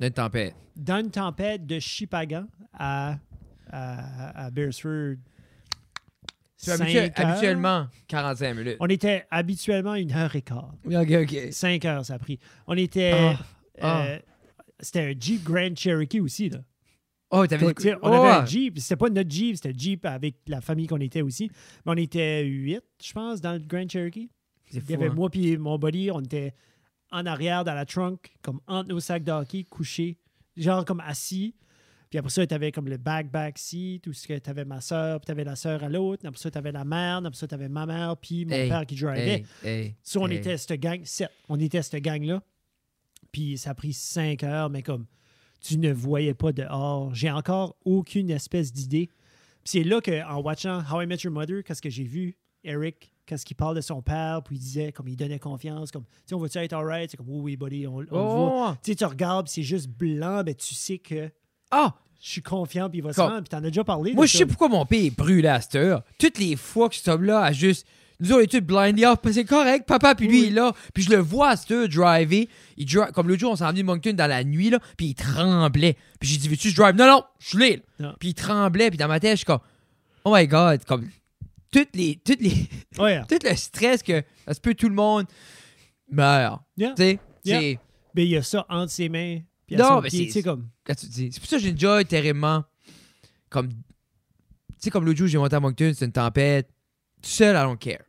Speaker 3: Une tempête.
Speaker 2: dans une tempête de Chipagan à, à, à Beresford.
Speaker 3: Tu es
Speaker 2: Cinq
Speaker 3: habitué-
Speaker 2: heures.
Speaker 3: habituellement 45 minutes.
Speaker 2: On était habituellement une heure et quart.
Speaker 3: Oui, OK, OK.
Speaker 2: Cinq heures, ça a pris. On était.
Speaker 3: Ah,
Speaker 2: euh, C'était un Jeep Grand Cherokee aussi. Là.
Speaker 3: Oh, t'avais
Speaker 2: Tu sais, on avait un Jeep. C'était pas notre Jeep, c'était le Jeep avec la famille qu'on était aussi. Mais on était huit, je pense, dans le Grand Cherokee.
Speaker 3: C'est
Speaker 2: Il y avait
Speaker 3: fou, hein.
Speaker 2: moi puis mon buddy, on était en arrière dans la trunk, comme entre nos sacs de hockey, couchés, genre comme assis. Puis après ça, t'avais comme le back-back seat, où tu avais ma soeur, puis t'avais la soeur à l'autre. Après ça, t'avais la mère, après ça, t'avais ma mère, puis mon
Speaker 3: Hey,
Speaker 2: père qui drivait.
Speaker 3: Hey, hey,
Speaker 2: So, on
Speaker 3: hey.
Speaker 2: était cette gang, sept, on était cette gang-là. Puis ça a pris cinq heures, mais comme tu ne voyais pas dehors, j'ai encore aucune espèce d'idée. Puis c'est là qu'en watchant How I Met Your Mother, qu'est-ce que j'ai vu, Eric, qu'est-ce qu'il parle de son père, puis il disait, comme il donnait confiance, comme, tu sais, on va-tu être alright? C'est comme, oui, oui, buddy, on, on le voit.
Speaker 3: Oh,
Speaker 2: Tu sais, tu regardes, puis c'est juste blanc, mais tu sais que
Speaker 3: ah,
Speaker 2: je suis confiant, puis il va se
Speaker 3: Comme-
Speaker 2: rendre, puis t'en as déjà parlé. de
Speaker 3: moi, je
Speaker 2: ça.
Speaker 3: sais pourquoi mon père est brûlé à cette heure. Toutes les fois que cet homme-là a juste... Nous, on est tous blindés off, parce que c'est correct, papa, puis lui, il est là. Puis je le vois à cette heure driver. Il dri- Comme l'autre jour, on s'est emmené de Moncton dans la nuit, là, puis il tremblait. Puis j'ai dit, veux-tu que je drive? Non, non, je suis là.
Speaker 2: Non.
Speaker 3: Puis il tremblait, puis dans ma tête, je suis comme, oh my God, comme... Toutes les... Toutes les...
Speaker 2: Ouais.
Speaker 3: tout le stress que ça se peut tout le monde meurt.
Speaker 2: Yeah.
Speaker 3: Tu sais,
Speaker 2: Yeah.
Speaker 3: c'est-
Speaker 2: Mais il y a ça entre ses mains, puis à
Speaker 3: Non,
Speaker 2: son
Speaker 3: mais
Speaker 2: pied,
Speaker 3: c'est-
Speaker 2: tu sais, comme,
Speaker 3: là, tu te dis- c'est pour ça que j'ai déjà terriblement comme tu sais comme l'autre jour j'ai monté à Moncton, c'est une tempête, tout seul I don't care.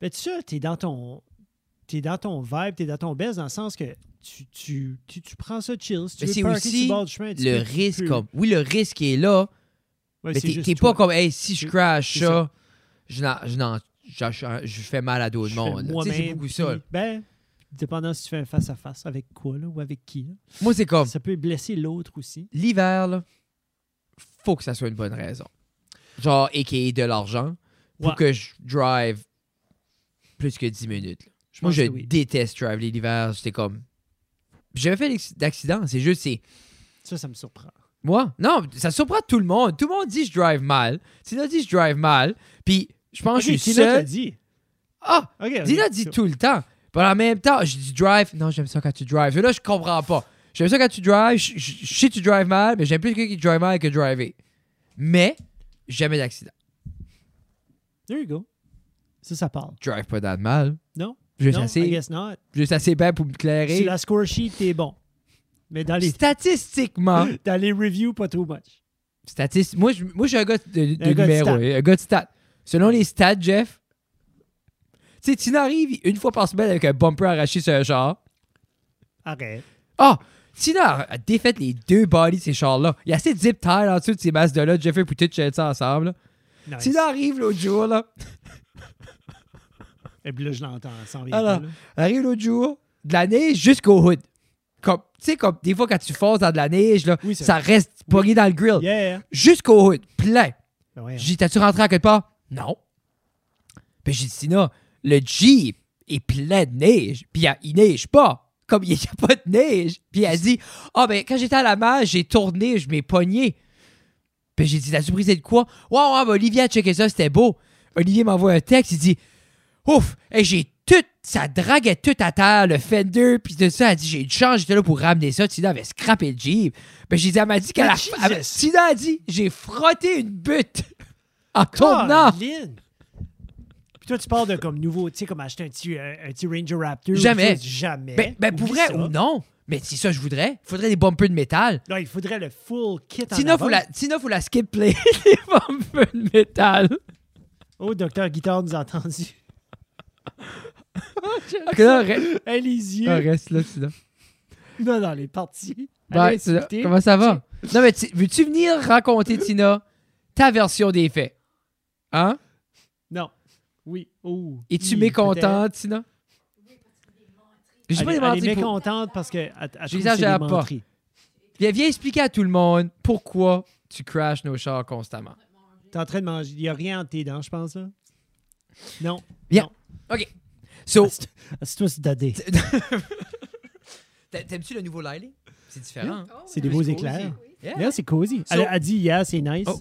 Speaker 2: Ben, tu sais, t'es dans ton. T'es dans ton vibe, t'es dans ton best, dans le sens que tu, tu, tu, tu prends ça chill. Si tu
Speaker 3: Mais
Speaker 2: veux
Speaker 3: c'est
Speaker 2: parker
Speaker 3: aussi
Speaker 2: sur bord du chemin, tu
Speaker 3: Le
Speaker 2: peux- tu
Speaker 3: risque
Speaker 2: peux.
Speaker 3: comme oui le risque est là,
Speaker 2: Ouais,
Speaker 3: mais
Speaker 2: c'est
Speaker 3: t'es
Speaker 2: juste
Speaker 3: t'es
Speaker 2: toi.
Speaker 3: pas comme hey si je
Speaker 2: C'est-
Speaker 3: crash
Speaker 2: c'est
Speaker 3: ça, je n'en- je n'en- je- je fais mal à
Speaker 2: Je
Speaker 3: d'autres
Speaker 2: fais
Speaker 3: mondes. là. Tu sais, C'est
Speaker 2: moi-même,
Speaker 3: beaucoup ça.
Speaker 2: puis-
Speaker 3: là.
Speaker 2: Ben, dépendant si tu fais un face-à-face avec quoi, là, ou avec qui. là.
Speaker 3: Moi c'est comme
Speaker 2: Ça peut blesser l'autre aussi.
Speaker 3: l'hiver là, faut que ça soit une bonne raison. Genre ait de l'argent pour
Speaker 2: Ouais.
Speaker 3: que je drive plus que 10 minutes. là.
Speaker 2: Je
Speaker 3: Moi,
Speaker 2: pense
Speaker 3: je
Speaker 2: que oui.
Speaker 3: déteste traveler l'hiver. J'étais comme. J'avais fait d'ex- d'accidents. C'est juste, c'est.
Speaker 2: Ça, ça me surprend.
Speaker 3: Moi, non, ça surprend tout le monde. Tout le monde dit je drive mal. Tina dit je drive mal. Puis, je pense que je suis
Speaker 2: Tina t'a
Speaker 3: seul.
Speaker 2: dit.
Speaker 3: Ah,
Speaker 2: Ok, ok.
Speaker 3: Dina dit tout le temps. Puis en même temps, je dis drive. Non, j'aime ça quand tu drives. Là, je comprends pas. J'aime ça quand tu drives. Je, je- je sais que tu drives mal, mais j'aime plus quelqu'un qui drive mal que driver. Mais, jamais d'accident.
Speaker 2: There you go. Ça, ça parle.
Speaker 3: Je drive pas d'âne mal.
Speaker 2: Non?
Speaker 3: Juste
Speaker 2: non, I
Speaker 3: assez.
Speaker 2: guess not.
Speaker 3: Juste assez bien pour me
Speaker 2: Sur
Speaker 3: clairer.
Speaker 2: la score sheet, t'es bon. Mais dans les,
Speaker 3: Statistiquement,
Speaker 2: dans les reviews, pas trop much.
Speaker 3: Statiste. Moi, je, moi, je suis un gars de, de
Speaker 2: Un gars de
Speaker 3: numéro,
Speaker 2: stats.
Speaker 3: un gars de stats. Selon les stats, Jeff, tu sais, Tina arrive une fois par semaine avec un bumper arraché sur un char.
Speaker 2: Arrête.
Speaker 3: Ah! Tina a défait les deux bodies de ces chars-là. Il y a assez de zip ties en dessous de ces masses de là. Jeff et Poutet chient ça ensemble. là.
Speaker 2: Nice.
Speaker 3: Tina arrive l'autre jour, là.
Speaker 2: Et puis là, je l'entends sans rien.
Speaker 3: Alors,
Speaker 2: là.
Speaker 3: arrive l'autre jour, de la neige jusqu'au hood. Comme, tu sais, comme des fois quand tu fonces dans de la neige, là,
Speaker 2: Oui, c'est
Speaker 3: ça reste pogné dans le grill.
Speaker 2: Yeah.
Speaker 3: Jusqu'au hood, plein.
Speaker 2: Ben ouais.
Speaker 3: J'ai dit, t'as-tu rentré à quelque part? Non. Puis j'ai dit, Tina, le Jeep est plein de neige, puis il y a- il neige pas, comme il n'y a pas de neige. Puis elle dit, ah ben, quand j'étais à la mer, j'ai tourné, je m'ai pogné. Puis j'ai dit, t'as-tu brisé de quoi? Ouais, ouais, ben, Olivier a checké ça, c'était beau. Olivier m'envoie un texte, il dit, ouf, et j'ai tout, ça draguait tout à terre, le fender, puis tout ça. Elle dit, j'ai une chance, j'étais là pour ramener ça. Tina avait scrappé le Jeep. Ben j'ai dit, elle m'a dit qu'elle a.
Speaker 2: Jesus!
Speaker 3: elle- Tina a dit, j'ai frotté une butte en tournant.
Speaker 2: Caroline! Puis toi, tu parles de comme nouveau, tu sais, comme acheter un petit, un, un petit Ranger Raptor. ou
Speaker 3: Jamais.
Speaker 2: quelque chose, Jamais.
Speaker 3: Ben, ben, pour
Speaker 2: Oublie
Speaker 3: vrai
Speaker 2: ça.
Speaker 3: ou non, mais c'est ça je voudrais. Faudrait des bumpers de métal.
Speaker 2: Là, il faudrait le full kit en
Speaker 3: Tina,
Speaker 2: avant.
Speaker 3: faut la, Tina, faut la skip play des bumpers de métal.
Speaker 2: Oh, Docteur Guitare nous a entendu.
Speaker 3: Ok, là, re-
Speaker 2: Elle les
Speaker 3: ah,
Speaker 2: yeux.
Speaker 3: reste là, tu là.
Speaker 2: Non, non, les parties.
Speaker 3: Bye, Tina. Comment ça va? Non, mais tu- veux-tu venir raconter, Tina, ta version des faits? Hein?
Speaker 2: Non. Oui. Oh.
Speaker 3: Es-tu
Speaker 2: Oui,
Speaker 3: mécontente, Tina? Je suis
Speaker 2: peut-être.
Speaker 3: pas
Speaker 2: Elle, elle
Speaker 3: démenti
Speaker 2: est
Speaker 3: pour...
Speaker 2: mécontente parce que. elle- elle trouve que c'est
Speaker 3: J'exagère
Speaker 2: des
Speaker 3: pas.
Speaker 2: menteries.
Speaker 3: Viens, viens expliquer à tout le monde pourquoi tu crashes nos chars constamment.
Speaker 2: T'es en train de manger. Il n'y a rien entre tes dents, je pense, là. Non.
Speaker 3: So,
Speaker 2: C'est toi, c'est dadé.
Speaker 3: t'a- t'aimes-tu le nouveau Lily? C'est différent. hein?
Speaker 2: C'est des
Speaker 3: Plus
Speaker 2: beaux
Speaker 3: cozy.
Speaker 2: éclairs.
Speaker 3: Yeah.
Speaker 2: Là, c'est cosy.
Speaker 3: So-
Speaker 2: Elle a dit, yeah, c'est nice.
Speaker 3: Oh.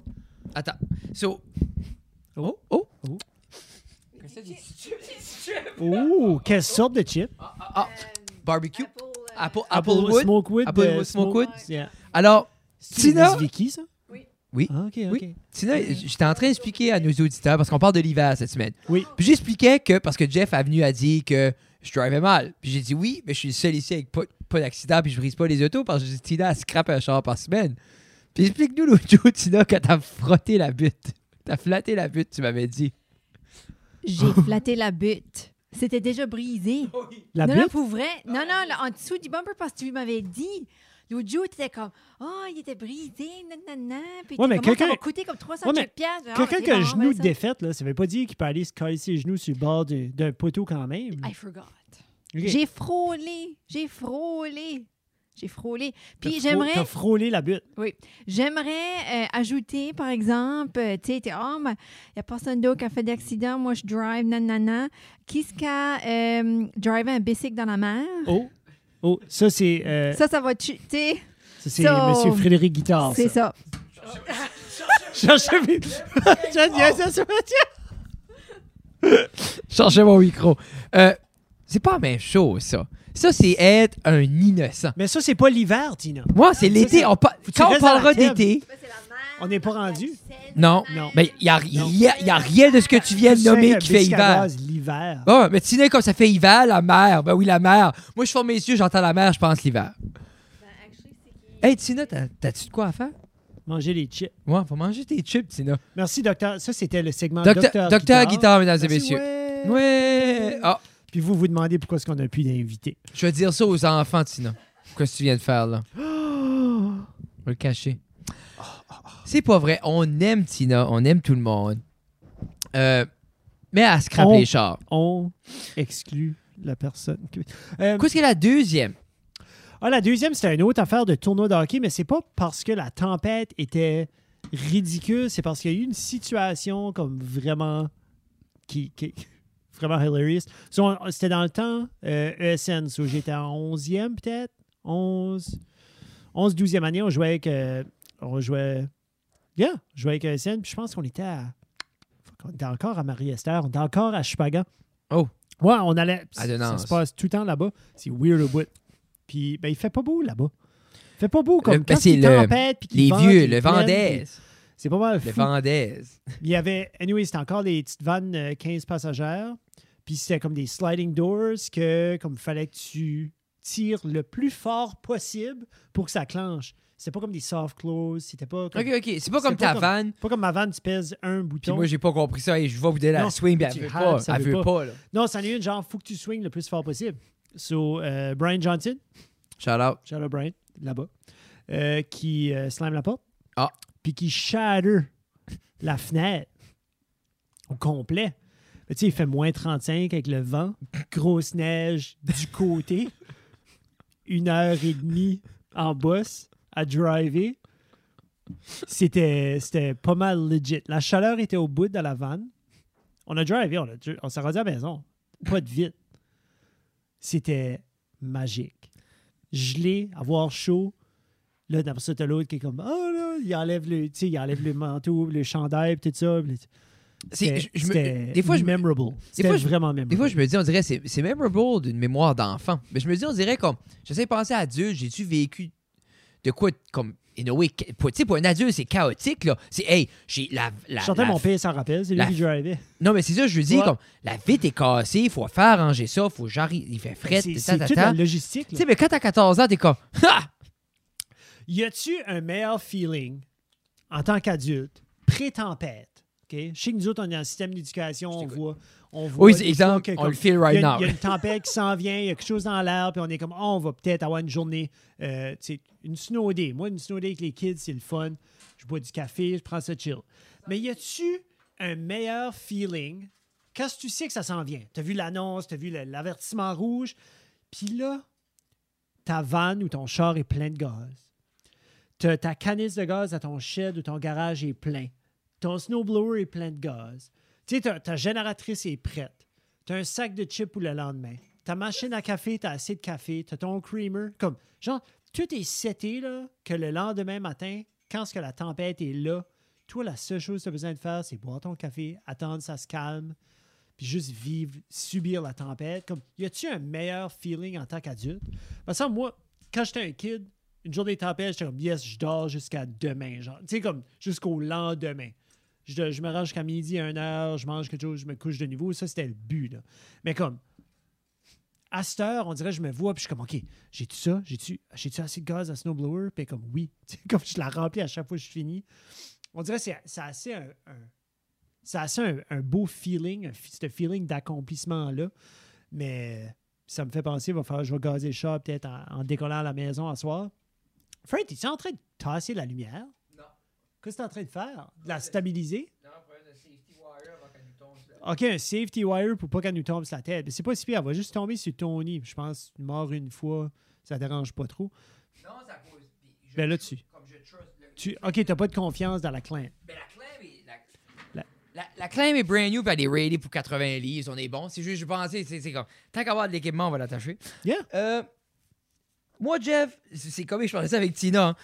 Speaker 3: Attends. So.
Speaker 2: Oh.
Speaker 3: oh.
Speaker 2: Oh.
Speaker 3: Qu'est-ce que
Speaker 2: Oh, quelle sorte de chip?
Speaker 3: Ah, ah, ah. Barbecue. Apple,
Speaker 2: Wood,
Speaker 3: Applewood.
Speaker 2: Smokewood.
Speaker 3: Applewood,
Speaker 2: euh,
Speaker 3: Smokewood.
Speaker 2: Yeah.
Speaker 3: Alors,
Speaker 2: C'est
Speaker 3: Tina?
Speaker 2: Miss Vicky, ça?
Speaker 4: Oui.
Speaker 3: Oui.
Speaker 2: Ah, ok, ok.
Speaker 3: Oui. Tina, j'étais en train d'expliquer à nos auditeurs, parce qu'on parle de l'hiver cette semaine.
Speaker 2: Oui.
Speaker 3: Puis j'expliquais que, parce que Jeff a venu à dire que je drivais mal. Puis j'ai dit oui, mais je suis le seul ici avec pas, pas d'accident, puis je brise pas les autos, parce que Tina, elle scrape un char par semaine. Puis explique-nous l'autre jour, Tina, quand t'as frotté la butte. T'as flatté la butte, tu m'avais dit.
Speaker 4: J'ai flatté la butte. C'était déjà brisé.
Speaker 2: La
Speaker 4: non,
Speaker 2: butte?
Speaker 4: non, pour vrai. Non, non, là, en dessous du bumper, parce que tu m'avais dit. L'autre jour, tu étais comme, oh, il était brisé, nanana. Puis
Speaker 2: Ouais,
Speaker 4: ouais,
Speaker 2: mais
Speaker 4: mais quelqu'un.
Speaker 2: quelqu'un-
Speaker 4: Ça m'a coûté comme 300
Speaker 2: Ouais, mais
Speaker 4: piastres. Ah,
Speaker 2: Quelqu'un
Speaker 4: ok,
Speaker 2: qui a le
Speaker 4: bon,
Speaker 2: genou
Speaker 4: ouais, ça.
Speaker 2: défaite, là, ça veut pas dire qu'il peut aller se coller les genoux sur le bord du- d'un poteau quand même.
Speaker 4: I forgot.
Speaker 2: Ok.
Speaker 4: J'ai frôlé. J'ai frôlé. J'ai frôlé.
Speaker 2: T'as
Speaker 4: Puis
Speaker 2: frô-
Speaker 4: j'aimerais.
Speaker 2: T'as frôlé la butte.
Speaker 4: J'aimerais euh, ajouter, par exemple, euh, tu sais, t'es, oh, mais il n'y a personne d'autre qui a fait d'accident, moi je drive, nanana. Qui ce qui a euh, drivé un bicycle dans la mer?
Speaker 2: Oh. Oh, ça, c'est euh, Ah,
Speaker 4: Ça, ça va tu tu sais,
Speaker 2: ça, c'est
Speaker 4: ça-
Speaker 2: Monsieur Frédéric Guitard.
Speaker 4: c'est ça.
Speaker 2: Cherchez mes- Je dis, ah, ça, ça, tiens.
Speaker 3: Changez mon micro. Euh, c'est pas la même chose, ça. Ça, c'est être un innocent.
Speaker 2: Mais ça, c'est pas l'hiver, Tina.
Speaker 3: Moi, c'est l'été.
Speaker 2: c'est-
Speaker 3: On pa-
Speaker 2: Faut que tu
Speaker 3: Quand on
Speaker 2: restes à la
Speaker 3: parlera
Speaker 2: table.
Speaker 3: d'été,
Speaker 2: On n'est pas rendu.
Speaker 3: non.
Speaker 2: Non.
Speaker 3: Mais il n'y a,
Speaker 2: Non.
Speaker 3: y a- y a rien de ce que tu viens de nommer qui fait hiver. Oh.
Speaker 2: Biscagaz, L'hiver.
Speaker 3: Bon, mais tu sais, comme ça fait hiver, la mer. Ben oui, la mer. Moi, je ferme mes yeux, j'entends la mer, je pense l'hiver. Hey, Tina, t'as- t'as-tu de quoi à faire?
Speaker 2: Manger les chips.
Speaker 3: Ouais, faut manger tes chips, Tina.
Speaker 2: Merci, docteur. Ça, c'était le segment
Speaker 3: Docteur,
Speaker 2: Docteur,
Speaker 3: docteur guitare, mesdames et
Speaker 2: Merci,
Speaker 3: messieurs.
Speaker 2: ouais.
Speaker 3: Ouais. Ah,
Speaker 2: Puis vous vous demandez pourquoi est-ce qu'on a plus d'invités.
Speaker 3: je vais dire ça aux enfants, Tina. Qu'est-ce que tu viens de faire, là? Je vais le cacher. C'est pas vrai. On aime Tina, on aime tout le monde. Euh, mais elle scrape
Speaker 2: On-
Speaker 3: les chars.
Speaker 2: On exclut la personne. que- Euh,
Speaker 3: Qu'est-ce qu'est la deuxième?
Speaker 2: ah, la deuxième, c'était une autre affaire de tournoi de hockey, mais c'est pas parce que la tempête était ridicule, c'est parce qu'il y a eu une situation comme vraiment qui, qui- vraiment hilarious. So, on- c'était dans le temps euh, ESN, so j'étais en 11e peut-être, 11 11 12e année, on jouait avec euh, on jouait yeah, je jouais avec ESN, puis je pense qu'on était à fuck, on était encore à Marie-Esther, on était encore à Chupaga.
Speaker 3: Oh.
Speaker 2: Ouais, on allait
Speaker 3: À
Speaker 2: ça
Speaker 3: Denance.
Speaker 2: se passe tout le temps là-bas, c'est weird au bout. Puis ben il fait pas beau là-bas. Il fait pas beau comme
Speaker 3: Le- ben,
Speaker 2: quand
Speaker 3: c'est
Speaker 2: il
Speaker 3: le-
Speaker 2: tempête, puis qu'il
Speaker 3: Les
Speaker 2: vente,
Speaker 3: vieux,
Speaker 2: il
Speaker 3: le
Speaker 2: pleine,
Speaker 3: Vendez.
Speaker 2: puis C'est pas mal
Speaker 3: Le
Speaker 2: fou.
Speaker 3: Vendez.
Speaker 2: Il y avait, anyway, c'était encore des petites vannes euh, 15 passagères. Puis c'était comme des sliding doors que, comme fallait que tu tires le plus fort possible pour que ça clenche. C'était pas comme des soft close, c'était pas comme,
Speaker 3: Ok, ok. C'est pas
Speaker 2: C'est
Speaker 3: comme
Speaker 2: pas
Speaker 3: ta
Speaker 2: comme-
Speaker 3: vanne.
Speaker 2: pas comme ma vanne, tu pèses un
Speaker 3: Puis
Speaker 2: bouton.
Speaker 3: moi, j'ai pas compris ça. Et je vais vous donner la
Speaker 2: Non,
Speaker 3: swing, puis
Speaker 2: tu
Speaker 3: elle veut
Speaker 2: râles,
Speaker 3: pas.
Speaker 2: ça
Speaker 3: Elle
Speaker 2: veut
Speaker 3: veut
Speaker 2: pas.
Speaker 3: pas, là.
Speaker 2: Non, c'en est une, genre, faut que tu swings le plus fort possible. So, euh, Brian Johnson,
Speaker 3: Shout out.
Speaker 2: shout out Brian, là-bas, euh, qui euh, slime la porte.
Speaker 3: Ah.
Speaker 2: Puis qui shatter la fenêtre au complet. Mais tu sais, il fait moins 35 avec le vent, grosse neige du côté, une heure et demie en bosse à driver. C'était, c'était pas mal legit. La chaleur était au bout de la vanne. On a drivé, on, a, dri- on s'est rendu à la maison. Pas de vite. C'était magique. Gelé, avoir chaud. Là, d'après ça, t'as l'autre qui est comme, oh là, il enlève le, tu sais, il enlève le manteau, le chandail, puis tout ça. puis-
Speaker 3: C'est- je- je me-
Speaker 2: c'était
Speaker 3: Des fois, je me-
Speaker 2: memorable. C'était
Speaker 3: fois, je-
Speaker 2: vraiment memorable.
Speaker 3: Des fois, je me dis, on dirait, c'est c'est memorable d'une mémoire d'enfant. Mais je me dis, on dirait comme, j'essaie de penser à adulte, j'ai-tu vécu de quoi, comme, in a way, ca- pour- tu sais, pour un adulte, c'est chaotique, là. C'est, hey, j'ai la. la,
Speaker 2: Chantal,
Speaker 3: la-
Speaker 2: mon père s'en rappelle, c'est lui
Speaker 3: la-
Speaker 2: qui drivait.
Speaker 3: Non, mais c'est ça, je veux dire,
Speaker 2: Ouais.
Speaker 3: comme, la vitre est cassée, il faut faire ranger ça, faut j'arrive, il fait fret,
Speaker 2: C'est c'est
Speaker 3: ta, ta,
Speaker 2: toute
Speaker 3: ta.
Speaker 2: la
Speaker 3: Tu
Speaker 2: logistique. là.
Speaker 3: sais, mais quand t'as 14 ans, t'es comme, ha!
Speaker 2: Y a-tu un meilleur feeling en tant qu'adulte, pré-tempête, OK? Je sais que nous autres, on est dans le système d'éducation,
Speaker 3: Je
Speaker 2: on
Speaker 3: t'écoute.
Speaker 2: voit, on voit.
Speaker 3: Oui,
Speaker 2: des
Speaker 3: exemple,
Speaker 2: fois que
Speaker 3: on
Speaker 2: comme-
Speaker 3: le feel
Speaker 2: il, y a,
Speaker 3: right now.
Speaker 2: il y a une tempête qui s'en vient, il y a quelque chose dans l'air, puis on est comme, Ah, on va peut-être avoir une journée, euh, tu sais, une snow day. Moi, une snow day avec les kids, c'est le fun. Je bois du café, je prends ça chill. Mais y a-tu un meilleur feeling quand tu sais que ça s'en vient? T'as vu l'annonce, t'as vu le- l'avertissement rouge, puis là, ta vanne ou ton char est plein de gaz. Ta, ta canisse de gaz à ton shed ou ton garage est plein. Ton snowblower est plein de gaz. Tu sais, ta, ta génératrice est prête. T'as un sac de chips pour le lendemain. Ta machine à café, t'as assez de café. T'as ton creamer. Comme, genre, tout est seté, là, que le lendemain matin, quand ce que la tempête est là, toi, la seule chose que t'as besoin de faire, c'est boire ton café, attendre ça se calme, puis juste vivre, subir la tempête. Comme, y a-tu un meilleur feeling en tant qu'adulte? Parce que moi, quand j'étais un kid, une journée de tempête, j'étais comme, yes, je dors jusqu'à demain, genre. Tu sais, comme, jusqu'au lendemain. Je, je me range jusqu'à midi, à une heure, je mange quelque chose, je me couche de nouveau. Ça, c'était le but, là. Mais comme, à cette heure, on dirait, je me vois, puis je suis comme, OK, j'ai-tu ça? J'ai-tu j'ai-tu assez de gaz à snowblower? Puis comme, oui. Tu sais, comme je la remplis à chaque fois que je finis. On dirait, c'est c'est assez un... un- c'est assez un, un beau feeling, un fi- ce feeling d'accomplissement-là. Mais ça me fait penser, il va falloir que je vais gazer le chat peut-être en, en décollant à la maison à soir. Fred, es-tu en train de tasser la lumière?
Speaker 3: Non.
Speaker 2: Qu'est-ce que tu es en train de faire? De la stabiliser?
Speaker 3: Non, safety wire avant qu'elle nous tombe sur la-
Speaker 2: OK, un safety wire pour pas qu'elle nous tombe sur la tête. Mais C'est pas si pire, elle va juste tomber sur Tony. Je pense, mort une fois, ça dérange pas trop.
Speaker 3: Non, ça cause. puis je-
Speaker 2: Ben là, tu-
Speaker 3: Comme je trust le-
Speaker 2: Tu, OK, t'as pas de confiance dans la clé.
Speaker 3: Ben, la claim est. La,
Speaker 2: La-
Speaker 3: la... la claim est brand new, puis elle est rated pour 80 livres, on est bon. C'est juste, je pensais, c'est c'est comme. Tant qu'à avoir de l'équipement, on va l'attacher.
Speaker 2: Yeah.
Speaker 3: Euh, moi, Jeff, c'est c'est comme je parlais ça avec Tina. hein.